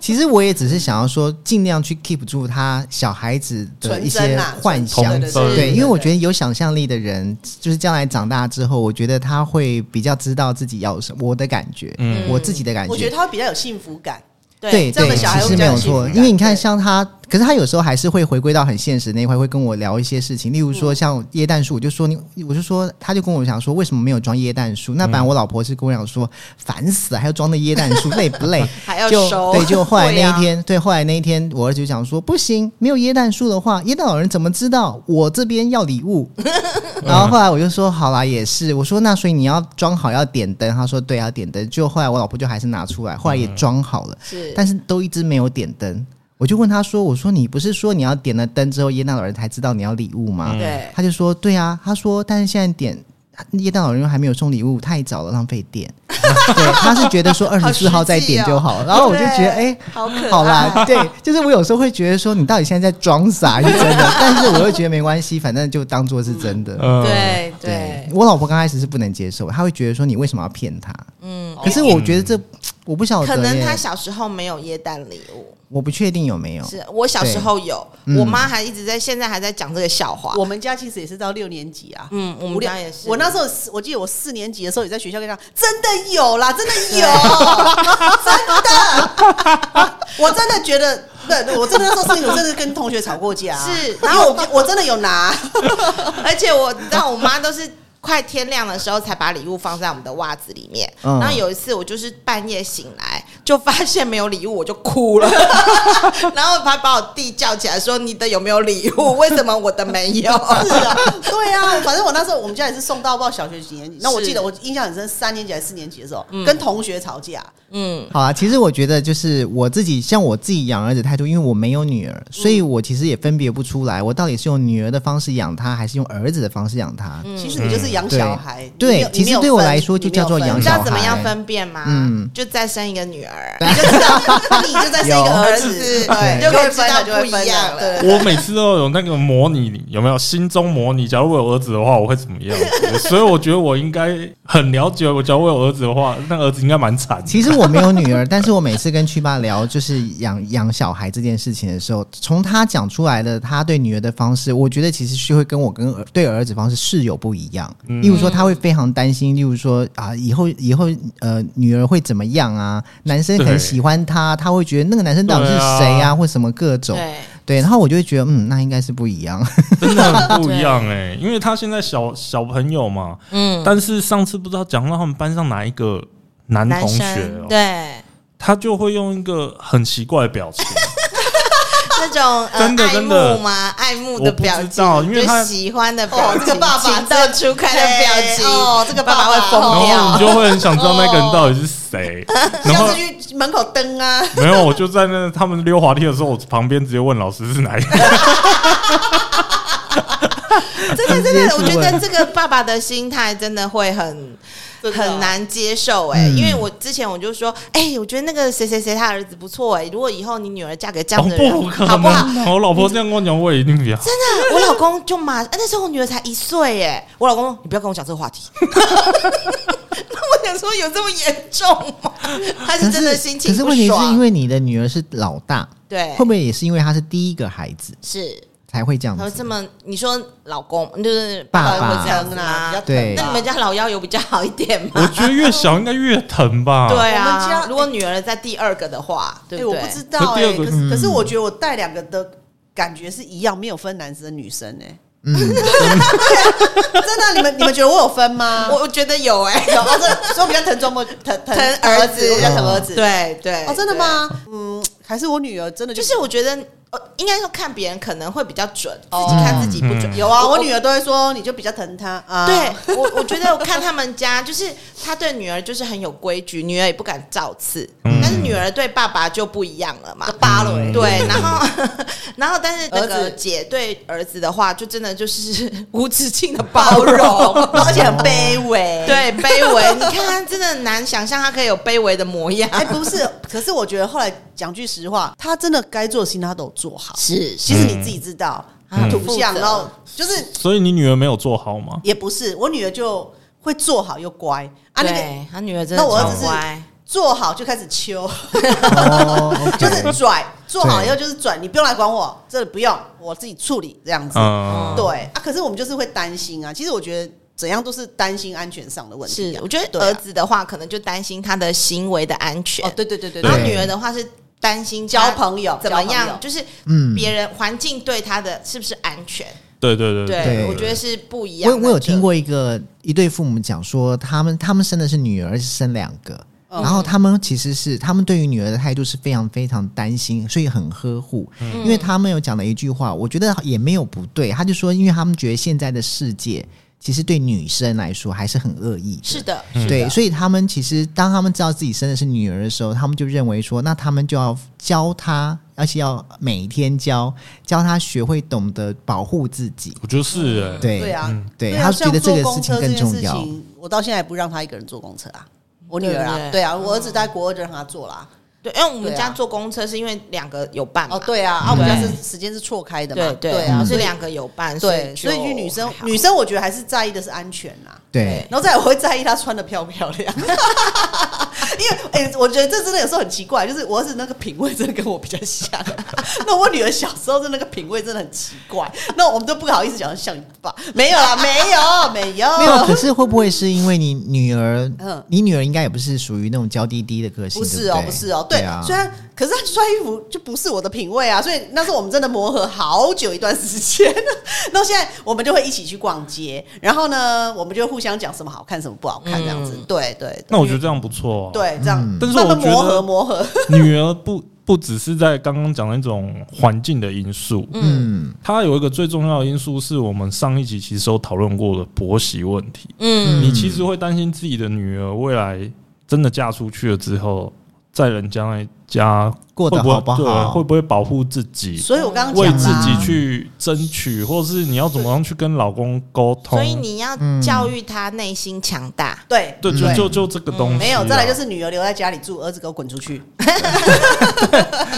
[SPEAKER 1] 其实我也只是想要说，尽量去 keep 住他小孩子的
[SPEAKER 3] 纯
[SPEAKER 1] 一些
[SPEAKER 3] 真啊，
[SPEAKER 1] 幻
[SPEAKER 3] 纯
[SPEAKER 1] 想
[SPEAKER 3] 真。
[SPEAKER 2] 童真
[SPEAKER 1] 对，因为我觉
[SPEAKER 3] 得
[SPEAKER 1] 得有想象力的人，就是将来长大之后，我觉得他会比较知道自己要什么。我的感觉，
[SPEAKER 2] 嗯
[SPEAKER 1] 我自己的感觉，
[SPEAKER 3] 我觉得他会比较有幸福感，
[SPEAKER 1] 对
[SPEAKER 3] 这样的
[SPEAKER 1] 对，
[SPEAKER 3] 小孩
[SPEAKER 1] 其
[SPEAKER 3] 会
[SPEAKER 1] 实
[SPEAKER 3] 比
[SPEAKER 1] 没
[SPEAKER 3] 较
[SPEAKER 1] 有
[SPEAKER 3] 有幸福
[SPEAKER 1] 错，
[SPEAKER 3] 感
[SPEAKER 1] 因为你看，
[SPEAKER 3] 对
[SPEAKER 1] 像他，可是他有时候还是会回归到很现实那一块，会跟我聊一些事情，例如
[SPEAKER 3] 嗯
[SPEAKER 1] 说像椰蛋树，我就说你，我就说，他就跟我讲说，为什么没有装椰蛋树？那本来我老婆是跟我讲说，烦死了，还要装那椰蛋树，累不 累？
[SPEAKER 4] 还哎要
[SPEAKER 1] 就
[SPEAKER 4] 收。
[SPEAKER 1] 对，就后来
[SPEAKER 4] 对
[SPEAKER 1] 那
[SPEAKER 4] 啊
[SPEAKER 1] 一天，对，后来那一天，我儿子就讲说，不行，没有椰蛋树的话，椰蛋老人怎么知道我这边要礼物？ 然后后来我就说，好啦，也是，我说那所以你要装好要点灯，他说对，要点灯。就后来我老婆就还是拿出来，后来也装好了，
[SPEAKER 4] 是
[SPEAKER 1] 但是都一直没有点灯。我就问他说，我说你不是说你要点了灯之后，椰蛋老人才知道你要礼物吗？
[SPEAKER 4] 对
[SPEAKER 1] 他就说对啊，他说但是现在点。椰蛋老人还没有送礼物，太早了，浪费 电。对，他是觉得说二十
[SPEAKER 4] 哦
[SPEAKER 1] 四号再点就好。然后我就觉得，哎、
[SPEAKER 4] 好可爱
[SPEAKER 1] 好 啦，对，就是我有时候会觉得说，你到底现在在装傻还是真 的？但是我又觉得没关系，反正就当做是真的。
[SPEAKER 2] 嗯，
[SPEAKER 4] 对
[SPEAKER 1] 对
[SPEAKER 4] 对，
[SPEAKER 1] 我老婆刚开始是不能接受，她会觉得说你为什么要骗她？
[SPEAKER 4] 嗯，
[SPEAKER 1] 可是我觉得这我不晓
[SPEAKER 4] 可
[SPEAKER 1] 得
[SPEAKER 4] 能
[SPEAKER 1] 耶
[SPEAKER 4] 他，小时候没有耶诞礼物，
[SPEAKER 1] 我不确定有没有。
[SPEAKER 4] 是我小时候有，
[SPEAKER 1] 嗯
[SPEAKER 4] 我妈还一直在，现在还在讲这个笑话。
[SPEAKER 3] 我们家其实也是到六年级啊，
[SPEAKER 4] 嗯，我
[SPEAKER 3] 我
[SPEAKER 4] 们家也是，
[SPEAKER 3] 我那时候四我记得我四年级的时候也在学校跟他讲，真的有啦，真的 有，真的，我真的觉得，对，我真的那时候是有，真的跟同学吵过架、啊
[SPEAKER 4] 是
[SPEAKER 3] 然
[SPEAKER 4] 然
[SPEAKER 3] 后
[SPEAKER 4] 后
[SPEAKER 3] 我我真的有拿，
[SPEAKER 4] 而且我知道我妈都是快天亮的时候才把礼物放在我们的袜子里面。
[SPEAKER 1] 嗯
[SPEAKER 4] 然后有一次我就是半夜醒来，就发现没有礼物，我就哭了。 然后还把我弟叫起来说：“你的有没有礼物？为什么我的没有？”
[SPEAKER 3] 是啊，对啊，反正我那时候我们家也是送到不知道小学几年级，那我记得我印象很深，三年级还是四年级的时候，
[SPEAKER 1] 嗯
[SPEAKER 3] 跟同学吵架，
[SPEAKER 4] 嗯，
[SPEAKER 1] 好啊，其实我觉得就是我自己，像我自己养儿子态度，因为我没有女儿，所以我其实也分别不出来，我到底是用女儿的方式养她，还是用儿子的方式养她。
[SPEAKER 3] 其实你就是养小孩，
[SPEAKER 1] 嗯对
[SPEAKER 3] 你没
[SPEAKER 1] 对
[SPEAKER 3] 有
[SPEAKER 1] 其实对我来说就叫做养
[SPEAKER 4] 你知
[SPEAKER 1] 小孩
[SPEAKER 4] 道怎么样分辨吗？
[SPEAKER 1] 嗯
[SPEAKER 4] 就再生一个女儿。
[SPEAKER 3] 你就知道，你就在生一个儿子，
[SPEAKER 4] 有
[SPEAKER 3] 对，
[SPEAKER 1] 对
[SPEAKER 3] 就可以知道
[SPEAKER 4] 就
[SPEAKER 3] 就
[SPEAKER 4] 会
[SPEAKER 3] 会哦
[SPEAKER 4] 分了
[SPEAKER 3] 分了，对。
[SPEAKER 2] 我每次都有那个模拟，有没有心中模拟？假如我有儿子的话，我会怎 么样？所以我觉得我应该很了解。我假如我有儿子的话，那儿子应该蛮惨的。
[SPEAKER 1] 其实我没有女儿，但是我每次跟曲爸聊就是养养小孩这件事情的时候，从他讲出来的他对女儿的方式，我觉得其实是会跟我跟儿对儿子方式是有不一样。例如说，他会非常担心，例如说啊，以后以后呃，女儿会怎么样啊？男生可能喜欢他，他会觉得那个男生到底是谁
[SPEAKER 2] 对
[SPEAKER 1] 啊，
[SPEAKER 2] 啊
[SPEAKER 1] 或什么各种
[SPEAKER 4] 对，
[SPEAKER 1] 对，然后我就会觉得嗯，那应该是不一 样。
[SPEAKER 2] 真的很不一样哎、因为他现在小小朋友嘛，
[SPEAKER 4] 嗯，
[SPEAKER 2] 但是上次不知道讲到他们班上哪一个男
[SPEAKER 4] 男
[SPEAKER 2] 同学
[SPEAKER 4] 生
[SPEAKER 2] 哦、
[SPEAKER 4] 对
[SPEAKER 2] 他就会用一个很奇怪的表 情，
[SPEAKER 4] 那种呃
[SPEAKER 2] 真的
[SPEAKER 4] 爱
[SPEAKER 2] 真的
[SPEAKER 4] 慕吗？爱慕的表
[SPEAKER 2] 我不知
[SPEAKER 4] 情
[SPEAKER 2] 道因为
[SPEAKER 4] 就
[SPEAKER 2] 他
[SPEAKER 4] 喜欢的表
[SPEAKER 3] 哦
[SPEAKER 4] 情，
[SPEAKER 3] 这个爸爸
[SPEAKER 4] 情窦初开的表情，
[SPEAKER 3] 对哦这个爸
[SPEAKER 4] 爸
[SPEAKER 3] 爸
[SPEAKER 4] 会
[SPEAKER 2] 然
[SPEAKER 4] 疯
[SPEAKER 2] 后你
[SPEAKER 4] 掉。
[SPEAKER 2] 就会很想知道那个人到底是谁，
[SPEAKER 4] 哦
[SPEAKER 2] 然
[SPEAKER 3] 下
[SPEAKER 2] 后
[SPEAKER 3] 次。去门口登啊，
[SPEAKER 2] 没有，我就在那他们溜滑梯的时候，我旁边直接问老师是哪一个。
[SPEAKER 4] 真的真的，我
[SPEAKER 1] 很接
[SPEAKER 4] 觉
[SPEAKER 1] 触欸
[SPEAKER 4] 得这个爸爸的心态真的会很。
[SPEAKER 3] 真的哦
[SPEAKER 4] 很难接受哎、
[SPEAKER 1] 嗯
[SPEAKER 4] 因为我之前我就说，哎、我觉得那个谁谁谁他儿子不错哎、如果以后你女儿嫁给这
[SPEAKER 2] 哦
[SPEAKER 4] 样的人，
[SPEAKER 2] 不可
[SPEAKER 4] 好不好？
[SPEAKER 2] 能！我老婆这样跟我讲，我也一定不要。
[SPEAKER 4] 真的，我老公就马、哎那时候我女儿才一岁哎、我老公说你不要跟我讲这个话题。 那我想说有这么严重吗？他是真的心情
[SPEAKER 1] 可是
[SPEAKER 4] 不
[SPEAKER 1] 问题是
[SPEAKER 4] 爽，
[SPEAKER 1] 因为你的女儿是老大，
[SPEAKER 4] 对
[SPEAKER 1] 会不会也是因为她是第一个孩子
[SPEAKER 4] 是
[SPEAKER 1] 才会这样
[SPEAKER 4] 他会
[SPEAKER 1] 子？
[SPEAKER 4] 这么你说老公就是
[SPEAKER 1] 嗯爸
[SPEAKER 4] 爸
[SPEAKER 1] 爸
[SPEAKER 4] 会这样子
[SPEAKER 3] 啊啦，比
[SPEAKER 4] 吗
[SPEAKER 3] 较？疼
[SPEAKER 1] 对
[SPEAKER 4] 那你们家老幺有比较好一点吗？
[SPEAKER 2] 我觉得越小应该越疼吧。
[SPEAKER 4] 对
[SPEAKER 3] 我们
[SPEAKER 4] 啊
[SPEAKER 3] 家，
[SPEAKER 4] 如果女儿在第二个的话，对
[SPEAKER 3] 哎，
[SPEAKER 4] 不
[SPEAKER 3] 我
[SPEAKER 4] 对？
[SPEAKER 3] 不知道
[SPEAKER 2] 可
[SPEAKER 3] 哎
[SPEAKER 2] 第二，个
[SPEAKER 3] 可是可是
[SPEAKER 1] 嗯
[SPEAKER 3] 我觉得我带两个的感觉是一样，没有分男生女生哎，
[SPEAKER 1] 嗯，
[SPEAKER 3] 真的啊，你们你们觉得 我有分吗？
[SPEAKER 4] 我我觉得有哎、
[SPEAKER 3] 有啊，这所以我比较疼周末疼疼
[SPEAKER 4] 疼儿子
[SPEAKER 3] 我比较疼儿子。，
[SPEAKER 4] 对对，
[SPEAKER 3] 哦，真的？吗？嗯，还是我女儿真的
[SPEAKER 4] 就是我觉得，呃，应该说看别人可能会比较准，
[SPEAKER 3] 哦
[SPEAKER 4] 自己看自己不准。
[SPEAKER 2] 嗯
[SPEAKER 3] 有啊，
[SPEAKER 4] 我
[SPEAKER 3] 我女儿都会说，你就比较疼她啊。
[SPEAKER 4] 对我，我觉得我看他们家，就是他对女儿就是很有规矩，女儿也不敢造次，
[SPEAKER 2] 嗯
[SPEAKER 4] 但是女儿对爸爸就不一样了嘛
[SPEAKER 3] 就，扒了欸
[SPEAKER 4] 对，然后 然后但是那
[SPEAKER 3] 儿
[SPEAKER 4] 个
[SPEAKER 3] 子
[SPEAKER 4] 姐对儿子的话，就真的就是 无止境的包 容。
[SPEAKER 3] 而且很卑微。，
[SPEAKER 4] 对，卑微，你看他真的很难想象他可以有卑微的模样。
[SPEAKER 3] 哎，不是，可是我觉得后来讲句实话，她真的该做的事情她都有做好，
[SPEAKER 4] 是
[SPEAKER 3] 其实你自己知道
[SPEAKER 4] 嗯，
[SPEAKER 3] 图像，
[SPEAKER 4] 嗯
[SPEAKER 3] 然后就是
[SPEAKER 2] 所以你女儿没有做好 吗？
[SPEAKER 3] 也不是，我女儿就会做好又乖啊，那个
[SPEAKER 4] 对他女儿真
[SPEAKER 3] 那
[SPEAKER 4] 的
[SPEAKER 3] 我儿
[SPEAKER 4] 超
[SPEAKER 3] 子是
[SPEAKER 4] 乖，
[SPEAKER 3] 做好就开始秋，
[SPEAKER 1] 哦
[SPEAKER 3] 就
[SPEAKER 1] OK
[SPEAKER 3] 是拽，做好
[SPEAKER 1] 对
[SPEAKER 3] 以后就是拽，你不用来管我，这不用，我自己处理这样子。
[SPEAKER 2] 嗯，
[SPEAKER 4] 哦
[SPEAKER 3] 对啊，可是我们就是会担心啊。其实我觉得怎样都是担心安全上的问题
[SPEAKER 4] 是
[SPEAKER 3] 啊、，
[SPEAKER 4] 我觉得
[SPEAKER 3] 对啊
[SPEAKER 4] 儿子的话，可能就担心他的行为的安全
[SPEAKER 3] 哦，，对对对对
[SPEAKER 4] 然后
[SPEAKER 1] 对
[SPEAKER 4] 女儿的话是担心
[SPEAKER 3] 交
[SPEAKER 4] 他
[SPEAKER 3] 朋友
[SPEAKER 4] 怎么
[SPEAKER 3] 交朋友
[SPEAKER 4] 样，就是
[SPEAKER 1] 嗯
[SPEAKER 4] 别人环境对他的是不是安全？
[SPEAKER 2] 对
[SPEAKER 3] 嗯
[SPEAKER 2] 对对
[SPEAKER 1] 对
[SPEAKER 4] 我觉得是不一样
[SPEAKER 1] 我
[SPEAKER 4] 的。
[SPEAKER 1] 我有听过一个一对父母讲说，他们他们生的是女儿，是生两个。
[SPEAKER 3] 嗯
[SPEAKER 4] 哦
[SPEAKER 1] 然后他们其实是他们对于女儿的态度是非常非常担心，所以很呵护。
[SPEAKER 3] 嗯
[SPEAKER 4] 嗯
[SPEAKER 1] 因为他们有讲了一句话，我觉得也没有不对。他就说，因为他们觉得现在的世界其实对女生来说还是很恶意的
[SPEAKER 4] 这，是的，
[SPEAKER 2] 嗯
[SPEAKER 1] 对，所以他们其实当他们知道自己生的是女儿的时候，他们就认为说，那他们就要教她，而且要每天教，教她学会懂得保护自己。
[SPEAKER 2] 我觉得是哎。
[SPEAKER 1] 对
[SPEAKER 3] 对
[SPEAKER 4] 嗯
[SPEAKER 3] 啊，
[SPEAKER 1] 对
[SPEAKER 3] 啊
[SPEAKER 1] 他
[SPEAKER 3] 像
[SPEAKER 1] 觉得这个
[SPEAKER 3] 坐
[SPEAKER 1] 事
[SPEAKER 3] 公
[SPEAKER 1] 情
[SPEAKER 3] 车
[SPEAKER 1] 更
[SPEAKER 3] 这件
[SPEAKER 1] 重
[SPEAKER 3] 事
[SPEAKER 1] 要
[SPEAKER 3] 情我到现在也不让他一个人坐公车啊，我女
[SPEAKER 4] 对
[SPEAKER 3] 儿啊，
[SPEAKER 4] 嗯对对
[SPEAKER 3] 对啊，我儿子在国二就让他坐啦。
[SPEAKER 4] 对，因为我们
[SPEAKER 3] 对啊
[SPEAKER 4] 家坐公车是因为两个有伴嘛
[SPEAKER 3] 哦，，对啊，啊，我们
[SPEAKER 4] 对
[SPEAKER 3] 家是时间是错开的嘛
[SPEAKER 4] 对，对
[SPEAKER 3] 啊，
[SPEAKER 4] 我
[SPEAKER 1] 嗯
[SPEAKER 3] 所
[SPEAKER 4] 是
[SPEAKER 3] 以
[SPEAKER 4] 两个有伴，
[SPEAKER 3] 对，所
[SPEAKER 4] 所以
[SPEAKER 3] 以
[SPEAKER 4] 就
[SPEAKER 3] 就女生
[SPEAKER 4] 还好
[SPEAKER 3] 女生我觉得还是在意的是安全啦。
[SPEAKER 1] 对，
[SPEAKER 3] 然后再来我会在意她穿的漂不漂亮， 因为哎、我觉得这真的有时候很奇怪，就是我儿子那个品味真的跟我比较像， 那我女儿小时候的那个品味真的很奇怪，那我们都不好意思讲像你爸，没有 啦，没有，没有，
[SPEAKER 1] 没有。可是会不会是因为你女儿
[SPEAKER 3] 嗯，
[SPEAKER 1] 你女儿应该也不是属于那种娇滴滴的个性，
[SPEAKER 3] 不是
[SPEAKER 1] 对
[SPEAKER 3] 哦，
[SPEAKER 1] 对
[SPEAKER 3] 不是哦，对，
[SPEAKER 1] 啊
[SPEAKER 3] 虽。然可是他穿衣服就不是我的品味啊，所以那时候我们真的磨合好久一段时间。那现在我们就会一起去逛街，然后呢，我们就互相讲什么好看，什么不好看这样子。
[SPEAKER 4] 嗯
[SPEAKER 3] 对对对
[SPEAKER 2] 那我觉得这样不错啊。
[SPEAKER 3] 对，这样
[SPEAKER 1] 嗯
[SPEAKER 2] 但是
[SPEAKER 3] 慢慢
[SPEAKER 2] 我觉得
[SPEAKER 3] 磨合磨合，
[SPEAKER 2] 女儿不不只是在刚刚讲的那种环境的因素，
[SPEAKER 1] 嗯，
[SPEAKER 2] 它有一个最重要的因素是我们上一集其实有讨论过的婆媳问题。
[SPEAKER 4] 嗯，
[SPEAKER 2] 你其实会担心自己的女儿未来真的嫁出去了之后，在人家那家
[SPEAKER 1] 过得
[SPEAKER 2] 会会
[SPEAKER 1] 好不
[SPEAKER 2] 对
[SPEAKER 1] 好？啊
[SPEAKER 2] 会不会保护自己，
[SPEAKER 3] 所以我刚刚
[SPEAKER 2] 为
[SPEAKER 3] 讲
[SPEAKER 2] 自
[SPEAKER 3] 啦，
[SPEAKER 2] 己去争取，或是你要怎么样去跟老公沟通？
[SPEAKER 4] 所以你要
[SPEAKER 1] 嗯
[SPEAKER 4] 教育他内心强大。
[SPEAKER 3] 对
[SPEAKER 2] 对，就
[SPEAKER 1] 对
[SPEAKER 2] 就就这个东西啊、
[SPEAKER 3] 嗯没有，再来就是女儿留在家里住，儿子给我滚出去，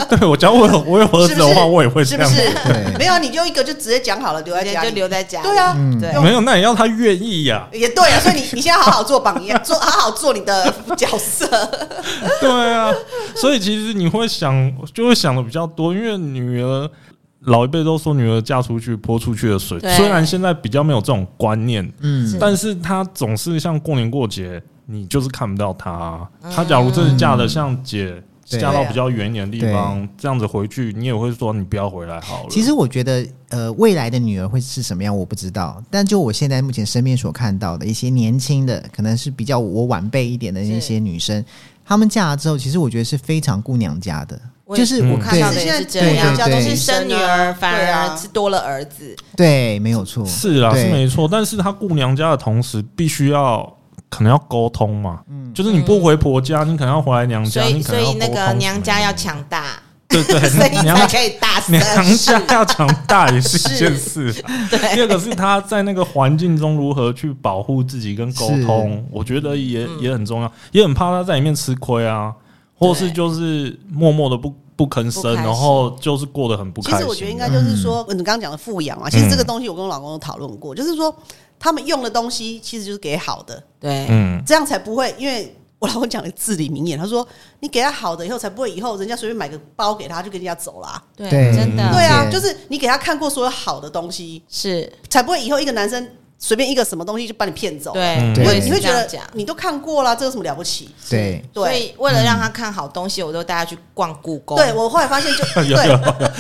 [SPEAKER 2] 对我假如我有我有儿子
[SPEAKER 3] 是不
[SPEAKER 2] 的
[SPEAKER 3] 是
[SPEAKER 2] 话，我也会这
[SPEAKER 3] 是不
[SPEAKER 2] 样。
[SPEAKER 3] 是？
[SPEAKER 1] 对
[SPEAKER 3] 没有，你就一个就直接讲好了，留在
[SPEAKER 4] 人
[SPEAKER 3] 家
[SPEAKER 4] 就
[SPEAKER 3] 里。
[SPEAKER 4] 留在家，
[SPEAKER 3] 对，啊，
[SPEAKER 1] 嗯
[SPEAKER 4] 对
[SPEAKER 2] 没有，那也要他愿意 呀、
[SPEAKER 3] 也对啊，所以你你现在好好做榜样，做好好做你的角色。
[SPEAKER 2] 对啊，所以其实你会想，就会想的比较多，因为女儿老一辈都说女儿嫁出去泼出去的水，
[SPEAKER 4] 对
[SPEAKER 2] 虽然现在比较没有这种观念，
[SPEAKER 1] 嗯
[SPEAKER 4] 是
[SPEAKER 2] 但是她总是像过年过节，你就是看不到他啊、
[SPEAKER 4] 嗯
[SPEAKER 2] 他假如真的嫁的像姐。
[SPEAKER 1] 对
[SPEAKER 2] 嫁到
[SPEAKER 3] 对啊
[SPEAKER 2] 比较远一点的地
[SPEAKER 1] 对
[SPEAKER 2] 方，这样子回去，你也会说你不要回来好了。
[SPEAKER 1] 其实我觉得，呃，未来的女儿会是什么样，我不知道。但就我现在目前身边所看到的一些年轻的，可能是比较我晚辈一点的那些女生，她们嫁了之后，其实我觉得是非常顾娘家的，
[SPEAKER 4] 我也
[SPEAKER 1] 就是是
[SPEAKER 2] 嗯
[SPEAKER 1] 我
[SPEAKER 4] 我看到的
[SPEAKER 3] 对
[SPEAKER 4] 也是
[SPEAKER 3] 现在
[SPEAKER 4] 这
[SPEAKER 1] 对
[SPEAKER 4] 样，
[SPEAKER 1] 对对
[SPEAKER 4] 都是生女儿，反
[SPEAKER 3] 对
[SPEAKER 4] 而
[SPEAKER 3] 啊
[SPEAKER 4] 是多了儿子。
[SPEAKER 1] 对，没有错，
[SPEAKER 2] 是啦，
[SPEAKER 1] 对
[SPEAKER 2] 是没错，但是她顾娘家的同时，必须要可能要沟通嘛，
[SPEAKER 1] 嗯
[SPEAKER 2] 就是你不回婆家，你可能要回来娘
[SPEAKER 4] 所
[SPEAKER 2] 家，
[SPEAKER 4] 以，
[SPEAKER 2] 你可
[SPEAKER 4] 所
[SPEAKER 2] 能要
[SPEAKER 4] 以
[SPEAKER 2] 沟
[SPEAKER 4] 那
[SPEAKER 2] 通
[SPEAKER 4] 个
[SPEAKER 2] 什么
[SPEAKER 4] 娘家要
[SPEAKER 2] 的，
[SPEAKER 4] 强大，
[SPEAKER 2] 对啊对，
[SPEAKER 4] 所以
[SPEAKER 2] 娘
[SPEAKER 4] 才
[SPEAKER 2] 家
[SPEAKER 4] 可以大声。
[SPEAKER 2] 娘家要强大也是一件事 啊。 第
[SPEAKER 4] 对，
[SPEAKER 2] 二个是她在那个环境中如何去保护自己跟沟通，我觉得也
[SPEAKER 3] 嗯
[SPEAKER 2] 也很重要，也很怕她在里面吃亏啊，或是
[SPEAKER 4] 对
[SPEAKER 2] 就是默默的不不吭声，
[SPEAKER 4] 不开心
[SPEAKER 2] 然后就是过得很不
[SPEAKER 3] 其
[SPEAKER 2] 开心。啊
[SPEAKER 3] 实我觉得应该就是说，
[SPEAKER 1] 嗯
[SPEAKER 3] 你刚刚讲的富养嘛，啊其实这个东西我跟我老公有讨论过，就是说他们用的东西其实就是给好的，
[SPEAKER 4] 对，
[SPEAKER 2] 嗯，
[SPEAKER 3] 这样才不会，因为我老公讲的至理名言，他说你给他好的以后，才不会以后人家随便买个包给他就跟人家走啦。
[SPEAKER 4] 对，
[SPEAKER 1] 对
[SPEAKER 4] 真的，
[SPEAKER 1] 嗯
[SPEAKER 3] 对啊，
[SPEAKER 1] 对
[SPEAKER 3] 就是你给他看过所有好的东西，
[SPEAKER 4] 是，
[SPEAKER 3] 才不会以后一个男生随便一个什么东西就把你骗走。，
[SPEAKER 4] 对
[SPEAKER 2] 嗯，
[SPEAKER 1] 对
[SPEAKER 4] 我也
[SPEAKER 3] 你
[SPEAKER 4] 是
[SPEAKER 3] 会
[SPEAKER 4] 这
[SPEAKER 3] 觉
[SPEAKER 4] 样
[SPEAKER 3] 得
[SPEAKER 4] 讲。
[SPEAKER 3] 你都看过啦，这有什么了不起？
[SPEAKER 1] 对，
[SPEAKER 4] 所
[SPEAKER 3] 对，
[SPEAKER 4] 以为了让他看好东西，我都带他去逛故宫。
[SPEAKER 3] 对我后来发现 就
[SPEAKER 2] 有有
[SPEAKER 3] 对。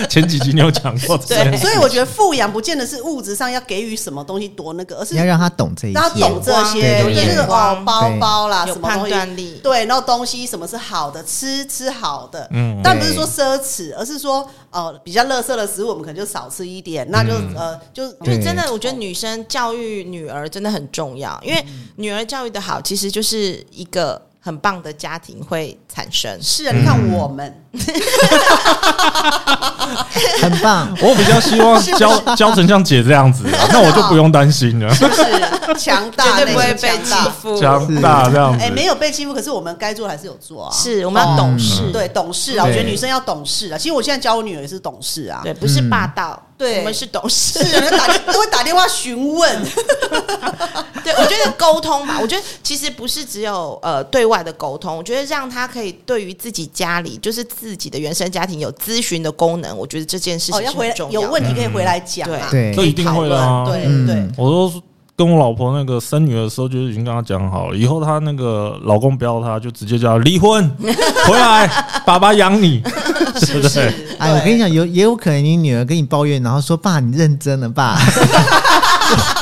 [SPEAKER 2] 有， 前几集你有讲 过这件
[SPEAKER 4] 对
[SPEAKER 2] 事
[SPEAKER 3] 所以我觉得富养不见得是物质上要给予什么东西多那个，而是
[SPEAKER 1] 你要让她懂这一
[SPEAKER 3] 让他
[SPEAKER 1] 切。
[SPEAKER 3] 懂这些，
[SPEAKER 1] 对
[SPEAKER 3] 就
[SPEAKER 1] 对
[SPEAKER 3] 是
[SPEAKER 1] 对
[SPEAKER 3] 哦，包
[SPEAKER 1] 对
[SPEAKER 3] 包啦，
[SPEAKER 4] 有
[SPEAKER 3] 什么东
[SPEAKER 4] 判
[SPEAKER 3] 西
[SPEAKER 4] 断力
[SPEAKER 3] 对，然后东西什么是好的，吃吃好的，
[SPEAKER 2] 嗯
[SPEAKER 3] 但不是说奢侈，而是说呃比较垃圾的食物，我们可能就少吃一点，那就、
[SPEAKER 2] 嗯
[SPEAKER 3] 呃就
[SPEAKER 4] 就
[SPEAKER 1] 对
[SPEAKER 4] 真的，我觉得女生教育女儿真的很重要，因为女儿教育的好，其实就是一个很棒的家庭会产生。
[SPEAKER 3] 是啊，你看
[SPEAKER 2] 嗯
[SPEAKER 3] 我们，
[SPEAKER 1] 很棒。
[SPEAKER 2] 我比较希望教教成像姐这样子啊，那我就不用担心了，
[SPEAKER 3] 就是强大，
[SPEAKER 4] 绝对不会
[SPEAKER 3] 内心
[SPEAKER 4] 被
[SPEAKER 3] 强
[SPEAKER 4] 欺
[SPEAKER 3] 大。
[SPEAKER 4] 负。
[SPEAKER 2] 强大这样子。
[SPEAKER 3] 哎、没有被欺负，可是我们该做的还是有做啊。
[SPEAKER 4] 是我们要嗯懂事，
[SPEAKER 3] 对，懂事啊，我
[SPEAKER 1] 对
[SPEAKER 3] 觉得女生要懂事啊。其实我现在教我女儿也是懂事啊，
[SPEAKER 4] 对，不是霸道，
[SPEAKER 3] 对
[SPEAKER 4] 我们是懂事。
[SPEAKER 3] 是啊，打都会打电话询问，
[SPEAKER 4] 对，我觉得沟通吧，我觉得其实不是只有呃对外的沟通，我觉得让他可以对于自己家里，就是自己的原生家庭有咨询的功能，我觉 得这件事情
[SPEAKER 3] 哦，
[SPEAKER 4] 是
[SPEAKER 3] 要回
[SPEAKER 4] 很
[SPEAKER 3] 来
[SPEAKER 4] 重
[SPEAKER 3] 有
[SPEAKER 4] 要的。
[SPEAKER 3] 问题可以回来讲啊，
[SPEAKER 1] 对
[SPEAKER 2] 嗯这一定会的啊
[SPEAKER 3] 可以讨
[SPEAKER 1] 嗯
[SPEAKER 3] 论对对。
[SPEAKER 2] 我都跟我老婆那个生女儿的时候，就已经跟她讲好了，以后她那个老公不要她，就直接叫她离婚，回来，爸爸养你，是不是？
[SPEAKER 1] 哎，我跟你讲，有也有可能你女儿跟你抱怨，然后说：“爸，你认真了，爸。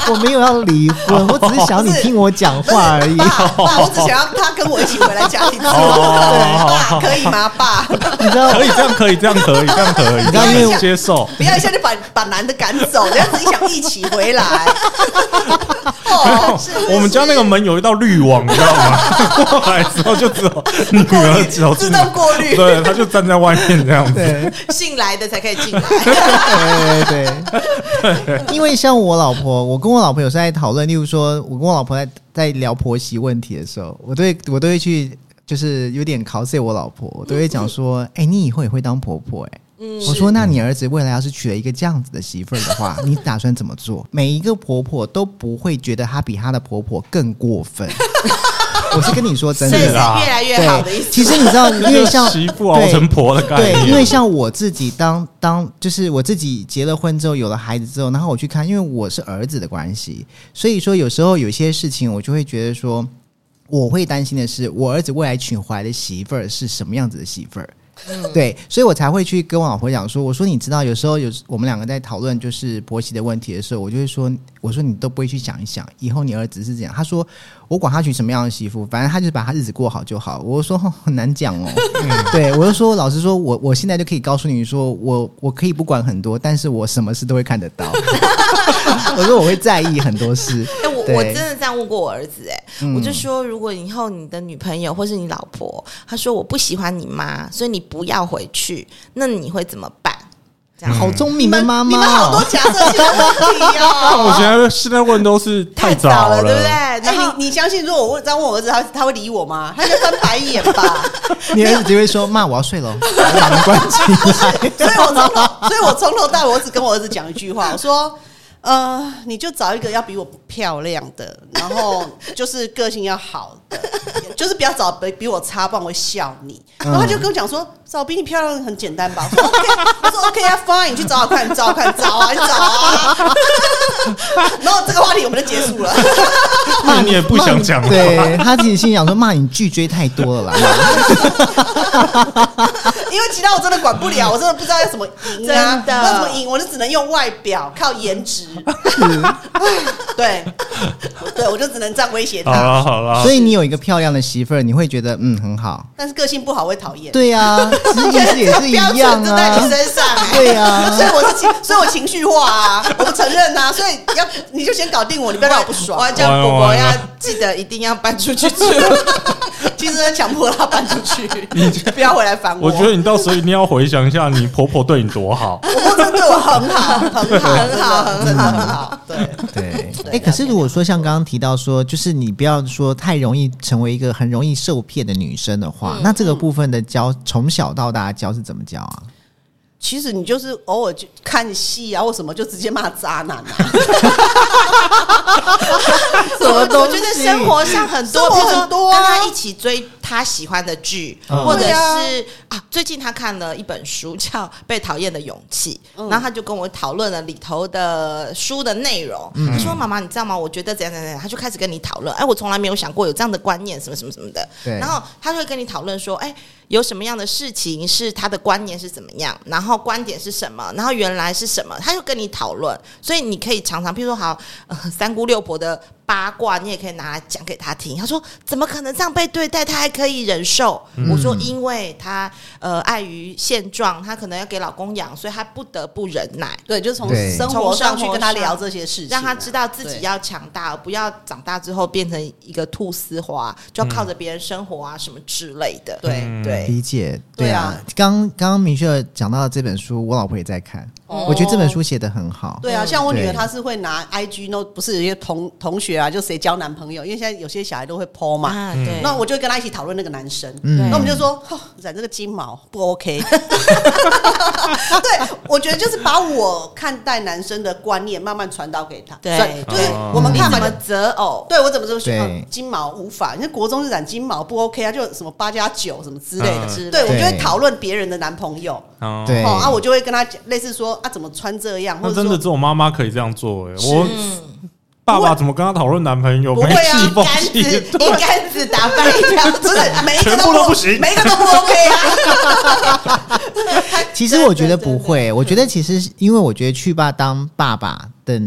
[SPEAKER 1] 我”我没有要离婚，我只是想你听我讲话而已。
[SPEAKER 3] 爸，爸，我只想要他跟我一起回来家里住。
[SPEAKER 2] 哦
[SPEAKER 3] 对，爸可以吗？爸，
[SPEAKER 1] 你知道
[SPEAKER 2] 可以这样，可以这样，可以这样，可以，
[SPEAKER 1] 知道因为
[SPEAKER 2] 这样接受。
[SPEAKER 3] 不要一下就把把男的赶走，这样子想一起回 来。哦，是
[SPEAKER 2] 我们家那个门有一道滤网，你知道吗？过来之后就只有女儿走
[SPEAKER 3] 自
[SPEAKER 2] 进
[SPEAKER 3] 动
[SPEAKER 2] 来，
[SPEAKER 3] 过滤，
[SPEAKER 2] 对，她就站在外面这样子。
[SPEAKER 1] 对
[SPEAKER 4] 信来的才可以进来。
[SPEAKER 1] 对对对对，因为像我老婆，我跟我老婆有时候在讨论，例如说，我跟我老婆在在聊婆媳问题的时候，我都会我都会去，就是有点 cos 我老婆，我都会讲说，哎、你以后也会当婆婆、哎。我说，那你儿子未来要是娶了一个这样子的媳妇儿的话，你打算怎么做？每一个婆婆都不会觉得她比她的婆婆更过分。我是跟你说真
[SPEAKER 4] 所以是
[SPEAKER 1] 的
[SPEAKER 4] 越
[SPEAKER 2] 是，啊
[SPEAKER 4] 来 越好的意
[SPEAKER 1] 对，
[SPEAKER 4] 思。
[SPEAKER 1] 其实你知道，因为像
[SPEAKER 2] 媳妇熬
[SPEAKER 1] 对
[SPEAKER 2] 成婆的概
[SPEAKER 1] 对，
[SPEAKER 2] 念，
[SPEAKER 1] 因为像我自己当当就是我自己结了婚之后有了孩子之后，然后我去看，因为我是儿子的关系，所以说有时候有些事情我就会觉得说，我会担心的是我儿子未来娶回来的媳妇儿是什么样子的媳妇儿。对，所以我才会去跟我老婆讲说，我说你知道，有时候有我们两个在讨论就是婆媳的问题的时候，我就会说，我说你都不会去想一想，以后你儿子是怎样？他说我管他娶什么样的媳妇，反正他就是把他日子过好就好。我说哼很难讲哦， 对我就说，老实说，我我现在就可以告诉你说，我我可以不管很多，但是我什么事都会看得到。 我说我会在意很多事，
[SPEAKER 4] 哎、我
[SPEAKER 1] 对
[SPEAKER 4] 我真的这样问过我儿子、哎、我
[SPEAKER 2] 嗯
[SPEAKER 4] 就说，如果以后你的女朋友或是你老婆，她说我不喜欢你妈，所以你不要回去，那你会怎么办？这
[SPEAKER 2] 嗯
[SPEAKER 4] 样、
[SPEAKER 1] 好聪
[SPEAKER 3] 你
[SPEAKER 1] 明的
[SPEAKER 3] 们
[SPEAKER 1] 妈
[SPEAKER 3] 你
[SPEAKER 1] 妈
[SPEAKER 3] 们好多
[SPEAKER 1] 哦。
[SPEAKER 3] 假设性的问题
[SPEAKER 2] 但我
[SPEAKER 3] 哦。
[SPEAKER 2] 觉得现在问都是太早
[SPEAKER 4] 早
[SPEAKER 2] 了，
[SPEAKER 4] 对不对？
[SPEAKER 3] 哎
[SPEAKER 4] 然，后、
[SPEAKER 3] 你你相信，如果我问这样问我儿子，他他会理我吗？他就翻白眼吧。
[SPEAKER 1] 你儿子就会说：“妈，我要睡了，把门关起来。
[SPEAKER 3] 所以我从头，所以我从头到尾，我只跟我儿子讲一句话，我说。呃，你就找一个要比我漂亮的，然后就是 个性要好的，就是不要找比比我差，不然我会笑你。然后他就跟我讲说，找比你漂亮很简单吧？我说 OK，我说 OK 啊，Fine，你去找找看，你找找看，找啊，你找啊。 然后这个话题我们就结束了。
[SPEAKER 2] 那你也不想讲话，
[SPEAKER 1] 对他自己心里想说，骂你拒追太多了啦。
[SPEAKER 3] 因为其他我真的管不
[SPEAKER 1] 嗯
[SPEAKER 3] 了，我真的不知道要怎么赢啊，
[SPEAKER 4] 真的
[SPEAKER 3] 要怎么赢，我就只能用外表，靠 颜值。 对，对，我就只能这样威胁
[SPEAKER 1] 哦
[SPEAKER 2] 好
[SPEAKER 3] 他。
[SPEAKER 2] 了好了，
[SPEAKER 1] 所以你有一个漂亮的媳妇儿，你会觉得嗯很好。
[SPEAKER 3] 但是个性不好会讨厌，
[SPEAKER 1] 对呀、啊，其实意思也是一
[SPEAKER 4] 标
[SPEAKER 1] 样
[SPEAKER 4] 准就在
[SPEAKER 1] 啊
[SPEAKER 4] 你。身上、哎
[SPEAKER 1] 对呀、啊
[SPEAKER 3] 所，以我是情，所以我情绪化啊，我不承认啊，所以要你就先搞定我，你不要让我不爽
[SPEAKER 4] 我。要叫
[SPEAKER 2] 完了
[SPEAKER 4] 果果
[SPEAKER 2] 完了
[SPEAKER 4] 要记得一定要搬出去住。
[SPEAKER 3] 其实在强迫他搬出去
[SPEAKER 2] 你，
[SPEAKER 3] 不要回来烦
[SPEAKER 2] 我觉得你到时候一定要回想一下，你婆婆对你 多好。
[SPEAKER 3] 我婆婆真的对我很好，很好，
[SPEAKER 4] 很好
[SPEAKER 3] 真的真的很好。对，
[SPEAKER 1] 对，哎、
[SPEAKER 3] 对
[SPEAKER 1] 可是如果说像刚刚提到说，就是你不要说太容易成为一个很容易受骗的女生的
[SPEAKER 3] 嗯
[SPEAKER 1] 话，那这个部分的教从小到大教是怎么教啊？
[SPEAKER 3] 其实你就是偶尔去看戏啊，或什么就直接骂渣男啊。
[SPEAKER 1] 什么东
[SPEAKER 4] 我
[SPEAKER 1] 西
[SPEAKER 4] 觉得生活上很多，
[SPEAKER 3] 生活
[SPEAKER 4] 比如说
[SPEAKER 3] 很多啊
[SPEAKER 4] 跟他一起追他喜欢的剧，
[SPEAKER 1] 嗯
[SPEAKER 4] 或者
[SPEAKER 3] 对啊
[SPEAKER 4] 是啊，最近他看了一本书叫《被讨厌的勇气》，
[SPEAKER 3] 嗯
[SPEAKER 4] 然后他就跟我讨论了里头的书的内容。
[SPEAKER 3] 嗯
[SPEAKER 4] 他说：“妈妈，你知道吗？我觉得怎样怎样怎样。”他就开始跟你讨论。哎，我从来没有想过有这样的观念，什么什么什么的。
[SPEAKER 1] 对
[SPEAKER 4] 然后他就会跟你讨论说：“哎，有什么样的事情是他的观念是怎么样，然后观点是什么，然后原来是什么，他就跟你讨论。所以你可以常常，譬如说好、呃三姑六婆的八卦，你也可以拿来讲给他听。他说怎么可能这样被对待，他还可以忍受？
[SPEAKER 2] 嗯
[SPEAKER 4] 我说因为他呃碍于现状，他可能要给老公养，所以他不得不忍耐。
[SPEAKER 3] 对，就是从
[SPEAKER 1] 对
[SPEAKER 3] 生活上去跟他聊这些事情啊，
[SPEAKER 4] 让他知道自己要强大，而不要长大之后变成一个菟丝花，就要靠着别人生活啊、什么之类的。
[SPEAKER 3] 对
[SPEAKER 2] 嗯
[SPEAKER 3] 对
[SPEAKER 1] 理解，
[SPEAKER 3] 对
[SPEAKER 1] 对
[SPEAKER 3] 啊
[SPEAKER 1] 啊。刚刚刚明确讲到的这本书，我老婆也在看，
[SPEAKER 3] 哦
[SPEAKER 1] 我觉得这本书写的很好。
[SPEAKER 3] 对啊，像我女
[SPEAKER 1] 对
[SPEAKER 3] 儿她是会拿 IG，那不是有些同同学啊，就谁交男朋友，因为现在有些小孩都会 PO 嘛，
[SPEAKER 4] 啊，
[SPEAKER 2] 嗯
[SPEAKER 4] 对，
[SPEAKER 3] 那我就会跟她一起讨论那个男生，
[SPEAKER 1] 嗯
[SPEAKER 3] 那我们就说哦染这个金毛不 OK，对我觉得就是把我看待男生的观念慢慢传导给他，
[SPEAKER 4] 对
[SPEAKER 3] 传就是
[SPEAKER 2] 对
[SPEAKER 3] 我们看
[SPEAKER 4] 怎
[SPEAKER 3] 法
[SPEAKER 4] 么
[SPEAKER 3] 就。
[SPEAKER 4] 择偶？
[SPEAKER 3] 对，我怎么这么说？
[SPEAKER 1] 哦对
[SPEAKER 3] 哦金毛无法，人家国中是染金毛不 OK 啊，就有什么八加九什么之类的。
[SPEAKER 2] 嗯
[SPEAKER 4] 之
[SPEAKER 3] 对，我就会
[SPEAKER 1] 对
[SPEAKER 3] 讨论别人的男朋友，
[SPEAKER 2] 哦
[SPEAKER 1] 对
[SPEAKER 3] 哦啊，我就会跟他讲类似说啊，怎么穿这样，或
[SPEAKER 2] 那
[SPEAKER 3] 者
[SPEAKER 2] 真
[SPEAKER 3] 说
[SPEAKER 2] 的只有妈妈可以这样做哎、我
[SPEAKER 4] 嗯，
[SPEAKER 2] 爸爸怎么跟她讨论男朋友？
[SPEAKER 3] 不
[SPEAKER 2] 没
[SPEAKER 3] 会啊
[SPEAKER 2] 气风
[SPEAKER 4] 杆子
[SPEAKER 2] 气，
[SPEAKER 4] 一杆子打翻一条
[SPEAKER 3] 不是每一个
[SPEAKER 2] 全部都
[SPEAKER 3] 不
[SPEAKER 2] 不行
[SPEAKER 3] 每一个都不 OK 啊。
[SPEAKER 1] 其实我觉得不会，我觉得其实因为我觉得去爸当爸爸的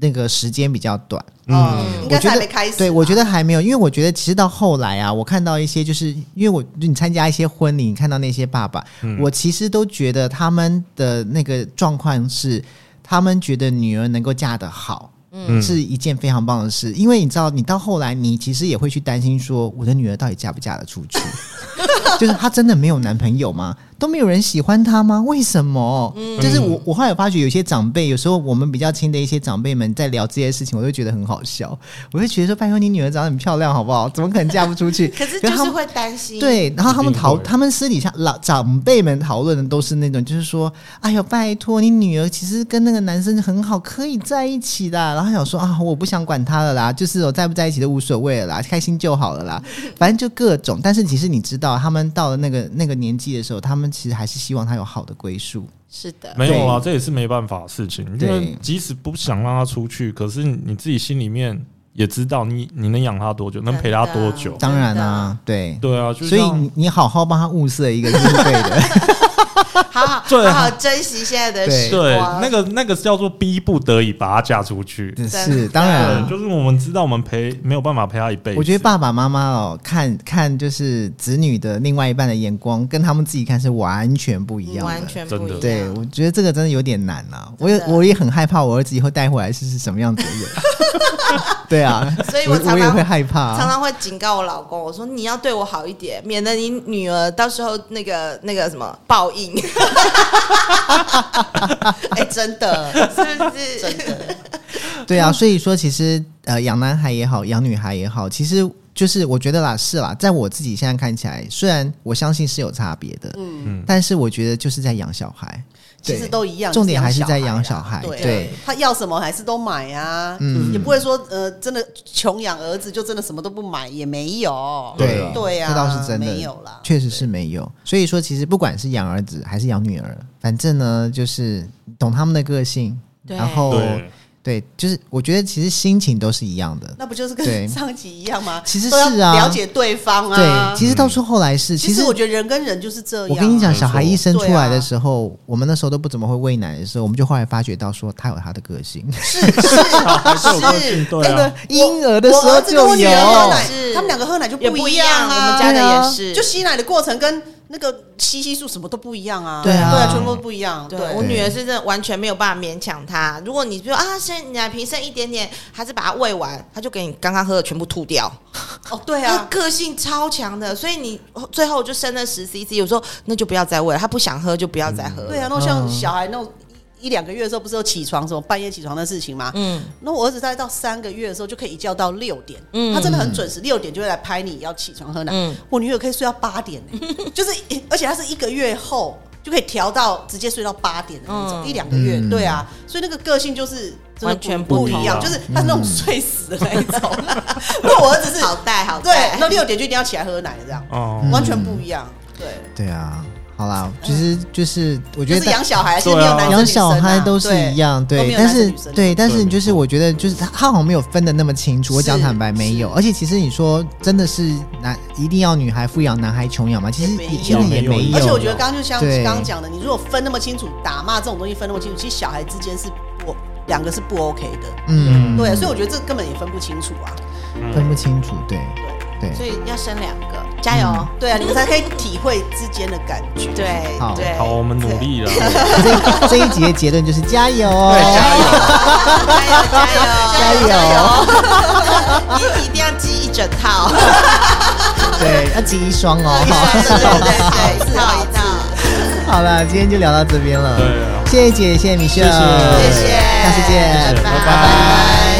[SPEAKER 1] 那个时间比较短，
[SPEAKER 3] 嗯，应
[SPEAKER 1] 我
[SPEAKER 3] 该是
[SPEAKER 1] 觉
[SPEAKER 3] 还
[SPEAKER 1] 得
[SPEAKER 3] 没开始吧。
[SPEAKER 1] 对，我觉得还没有，因为我觉得其实到后来啊，我看到一些就是因为我你参加一些婚礼，你看到那些爸爸，我其实都觉得他们的那个状况是，他们觉得女儿能够嫁得好。
[SPEAKER 2] 嗯
[SPEAKER 1] 是一件非常棒的事，因为你知道，你到后来，你其实也会去担心说，我的女儿到底嫁不嫁得出 去？ 就是她真的没有男朋友吗？都没有人喜欢她吗？为什么？
[SPEAKER 3] 嗯
[SPEAKER 1] 就是我，我后来发觉，有些长辈，有时候我们比较亲的一些长辈们在聊这些事情，我就觉得很好笑。我就觉得说，拜托你女儿长得很漂亮，好不好？怎么可能嫁不出去？
[SPEAKER 4] 可是就
[SPEAKER 1] 他
[SPEAKER 4] 是
[SPEAKER 1] 们
[SPEAKER 4] 会担心。，
[SPEAKER 1] 对，然后他们
[SPEAKER 2] 一定
[SPEAKER 1] 讨，
[SPEAKER 2] 会
[SPEAKER 1] 他们私底下老长辈们讨论的都是那种，就是说，哎呦，拜托，你女儿其实跟那个男生很好，可以在一起的。然后想说啊，我不想管他了啦，就是我在不在一起都无所谓了啦，开心就好了啦，反正就各种。但是其实你知道，他们到了那个那个年纪的时候，他们其实还是希望他有好的归宿。
[SPEAKER 4] 是的，
[SPEAKER 2] 没有啊，这也是没办法的事情。因
[SPEAKER 1] 对
[SPEAKER 2] 为即使不想让她出去，可是你自己心里面也知道你，你能养她多久，能陪她多久？
[SPEAKER 1] 当然啊，对。
[SPEAKER 2] 对啊，就
[SPEAKER 1] 所以
[SPEAKER 2] 像
[SPEAKER 1] 你你好好帮他物色一个是对的，
[SPEAKER 4] 好好
[SPEAKER 2] 对
[SPEAKER 4] 好好珍惜现在的时
[SPEAKER 2] 对
[SPEAKER 4] 光。
[SPEAKER 2] 那个那个叫做逼不得已把她嫁出去。
[SPEAKER 1] 是当然
[SPEAKER 2] 对，。就是我们知道我们陪没有办法陪她一辈子。
[SPEAKER 1] 啊我觉得爸爸妈妈哦，看看就是子女的另外一半的眼光，跟他们自己看是完全不一样的。
[SPEAKER 4] 完全不一样。
[SPEAKER 2] 真
[SPEAKER 1] 对，我觉得这个真的有点难啊。我也
[SPEAKER 4] 真的
[SPEAKER 1] 我也很害怕，我儿子以后带回来是是什么样子的人。 对啊，
[SPEAKER 4] 所以我
[SPEAKER 1] 我
[SPEAKER 4] 常常
[SPEAKER 1] 也会害怕
[SPEAKER 4] 常
[SPEAKER 1] 啊。
[SPEAKER 4] 常会警告我老公，我说你要对我好一点，免得你女儿到时候那个那个什么报应，
[SPEAKER 3] 哎，真的，
[SPEAKER 4] 是不是？
[SPEAKER 3] 真的，
[SPEAKER 4] 嗯
[SPEAKER 1] 对啊，所以说其实呃，养男孩也好，养女孩也好，其实就是我觉得啦，是啦，在我自己现在看起来，虽然我相信是有差别的，嗯，但是我觉得就是在养小孩，
[SPEAKER 3] 其实
[SPEAKER 1] 对
[SPEAKER 3] 都一样，
[SPEAKER 1] 重点还是
[SPEAKER 3] 是
[SPEAKER 1] 在
[SPEAKER 3] 养
[SPEAKER 1] 养小孩
[SPEAKER 3] 对啊
[SPEAKER 1] 对
[SPEAKER 3] 他要什么还是都买啊，
[SPEAKER 1] 嗯
[SPEAKER 3] 也不会说呃，真的穷养儿子就真的什么都不买，也没有，
[SPEAKER 2] 对
[SPEAKER 1] 啊
[SPEAKER 3] 对啊，
[SPEAKER 1] 这倒是真的
[SPEAKER 3] 没有啦，
[SPEAKER 1] 确实是没有。所以说，其实不管是养儿子还是养女儿，反正呢，就是懂他们的个性，
[SPEAKER 4] 对
[SPEAKER 1] 然后
[SPEAKER 2] 对，
[SPEAKER 1] 对，就是我觉得其实心情都是一样的。
[SPEAKER 3] 那不就是
[SPEAKER 1] 对
[SPEAKER 3] 跟上集一样吗？
[SPEAKER 1] 其实
[SPEAKER 3] 都要
[SPEAKER 1] 是啊
[SPEAKER 3] 了解对方啊。
[SPEAKER 1] 对，其实到最后来是，
[SPEAKER 3] 其
[SPEAKER 1] 实
[SPEAKER 3] 实我觉得人跟人就是这样啊。
[SPEAKER 1] 我跟你讲，
[SPEAKER 2] 没错
[SPEAKER 1] 小孩一生出来
[SPEAKER 3] 对
[SPEAKER 1] 的
[SPEAKER 3] 啊
[SPEAKER 1] 时候，我们那时候都不怎么会喂奶的时候，我们就后来发觉到说他有他的个 性。
[SPEAKER 2] 还是有个性，对
[SPEAKER 1] 真的
[SPEAKER 2] 啊，，
[SPEAKER 1] 婴儿的时
[SPEAKER 3] 我
[SPEAKER 1] 候
[SPEAKER 3] 儿子跟我
[SPEAKER 1] 就
[SPEAKER 3] 女
[SPEAKER 1] 有
[SPEAKER 3] 儿喝奶
[SPEAKER 4] 是，
[SPEAKER 3] 他们两个喝奶就
[SPEAKER 4] 也不
[SPEAKER 3] 一
[SPEAKER 4] 一样，
[SPEAKER 3] 啊。
[SPEAKER 4] 我们家
[SPEAKER 1] 对啊
[SPEAKER 4] 的也是，
[SPEAKER 3] 就吸奶的过程跟那个吸吸素什么都不一样啊。
[SPEAKER 1] 对啊
[SPEAKER 3] 对啊，全部都不一样。对
[SPEAKER 4] 对，我女儿是真的完全没有办法勉强她。如果你就啊，剩奶瓶剩一点点，还是把它喂完，她就给你刚刚喝的全部吐掉。
[SPEAKER 3] 哦，对
[SPEAKER 4] 她
[SPEAKER 3] 啊，
[SPEAKER 4] 个性超强的，所以你最后就剩那十 CC，有时候那就不要再喂了，她不想喝就不要再喝。
[SPEAKER 3] 对啊，，那种像
[SPEAKER 4] 嗯
[SPEAKER 3] 小孩那种一一两个月的时候，不是有起床什么半夜起床的事情吗？
[SPEAKER 4] 嗯，
[SPEAKER 3] 那我儿子大概到三个月的时候就可以一觉到六点，
[SPEAKER 4] 嗯
[SPEAKER 3] 他真的很准时，六点就会来拍你要起床喝奶。
[SPEAKER 4] 嗯
[SPEAKER 3] 我女儿可以睡到八点、欸，就是而且她是一个月后就可以调到直接睡到八点的那种，
[SPEAKER 4] 嗯
[SPEAKER 3] 一两个月，
[SPEAKER 1] 嗯
[SPEAKER 3] 对啊，所以那个个性就是。真的
[SPEAKER 4] 完全
[SPEAKER 3] 不
[SPEAKER 2] 不
[SPEAKER 3] 一
[SPEAKER 2] 一
[SPEAKER 3] 样，
[SPEAKER 2] 样
[SPEAKER 3] 就是
[SPEAKER 4] 嗯
[SPEAKER 3] 他是那种睡死的那一种。 那我儿子是
[SPEAKER 4] 好带好
[SPEAKER 3] 对
[SPEAKER 4] 带，
[SPEAKER 3] 那六点就一定要起来喝奶，这样
[SPEAKER 2] 哦，
[SPEAKER 1] 嗯
[SPEAKER 3] 完全不一样。对，
[SPEAKER 1] 对啊，好啦，其实就是我觉
[SPEAKER 3] 就
[SPEAKER 1] 得
[SPEAKER 3] 是养小孩，其实
[SPEAKER 2] 对
[SPEAKER 3] 没
[SPEAKER 2] 啊
[SPEAKER 3] 有男生
[SPEAKER 1] 养
[SPEAKER 3] 女生
[SPEAKER 1] 小
[SPEAKER 3] 啊
[SPEAKER 1] 孩都是一样，
[SPEAKER 3] 都没
[SPEAKER 1] 对，
[SPEAKER 3] 有
[SPEAKER 1] 但
[SPEAKER 3] 男生
[SPEAKER 1] 是
[SPEAKER 3] 女生
[SPEAKER 1] 对，但是
[SPEAKER 2] 对没
[SPEAKER 1] 就是我觉得就是他他好像没有分的那么清楚。我讲
[SPEAKER 3] 是
[SPEAKER 1] 坦白，没有。
[SPEAKER 3] 是
[SPEAKER 1] 而且其实你说真的是男一定要女孩富养，男孩穷养吗？其实
[SPEAKER 3] 也没
[SPEAKER 1] 也真的
[SPEAKER 2] 有
[SPEAKER 1] 也没有。
[SPEAKER 3] 而且我觉得刚刚就像
[SPEAKER 1] 对
[SPEAKER 3] 刚刚讲的，你如果分那么清楚，打骂这种东西分那么清楚，其实小孩之间是不两个是不 OK 的，
[SPEAKER 1] 嗯，
[SPEAKER 3] 对，所以我觉得这根本也分不清楚啊，
[SPEAKER 1] 分不清楚，对对。
[SPEAKER 4] 所以要生两个，加油！
[SPEAKER 3] 对啊，你们
[SPEAKER 1] 嗯
[SPEAKER 3] 才可以体会之间的感觉。
[SPEAKER 4] 对
[SPEAKER 1] 好
[SPEAKER 4] 对，
[SPEAKER 2] 好，我们努力了，
[SPEAKER 1] 这这一集的结论就是加油哦，
[SPEAKER 4] 加油加油
[SPEAKER 1] 加油
[SPEAKER 4] 油！ 一一定要寄一整套，
[SPEAKER 1] 对，要集一双哦。
[SPEAKER 4] 对
[SPEAKER 1] 好
[SPEAKER 4] 对对对，一套一套。
[SPEAKER 1] 好了，今天就聊到这边了。
[SPEAKER 2] 对啊
[SPEAKER 1] 谢谢姐，谢谢米秀，
[SPEAKER 2] 谢谢
[SPEAKER 4] 谢谢
[SPEAKER 1] 下次见，
[SPEAKER 4] 拜拜
[SPEAKER 1] 拜拜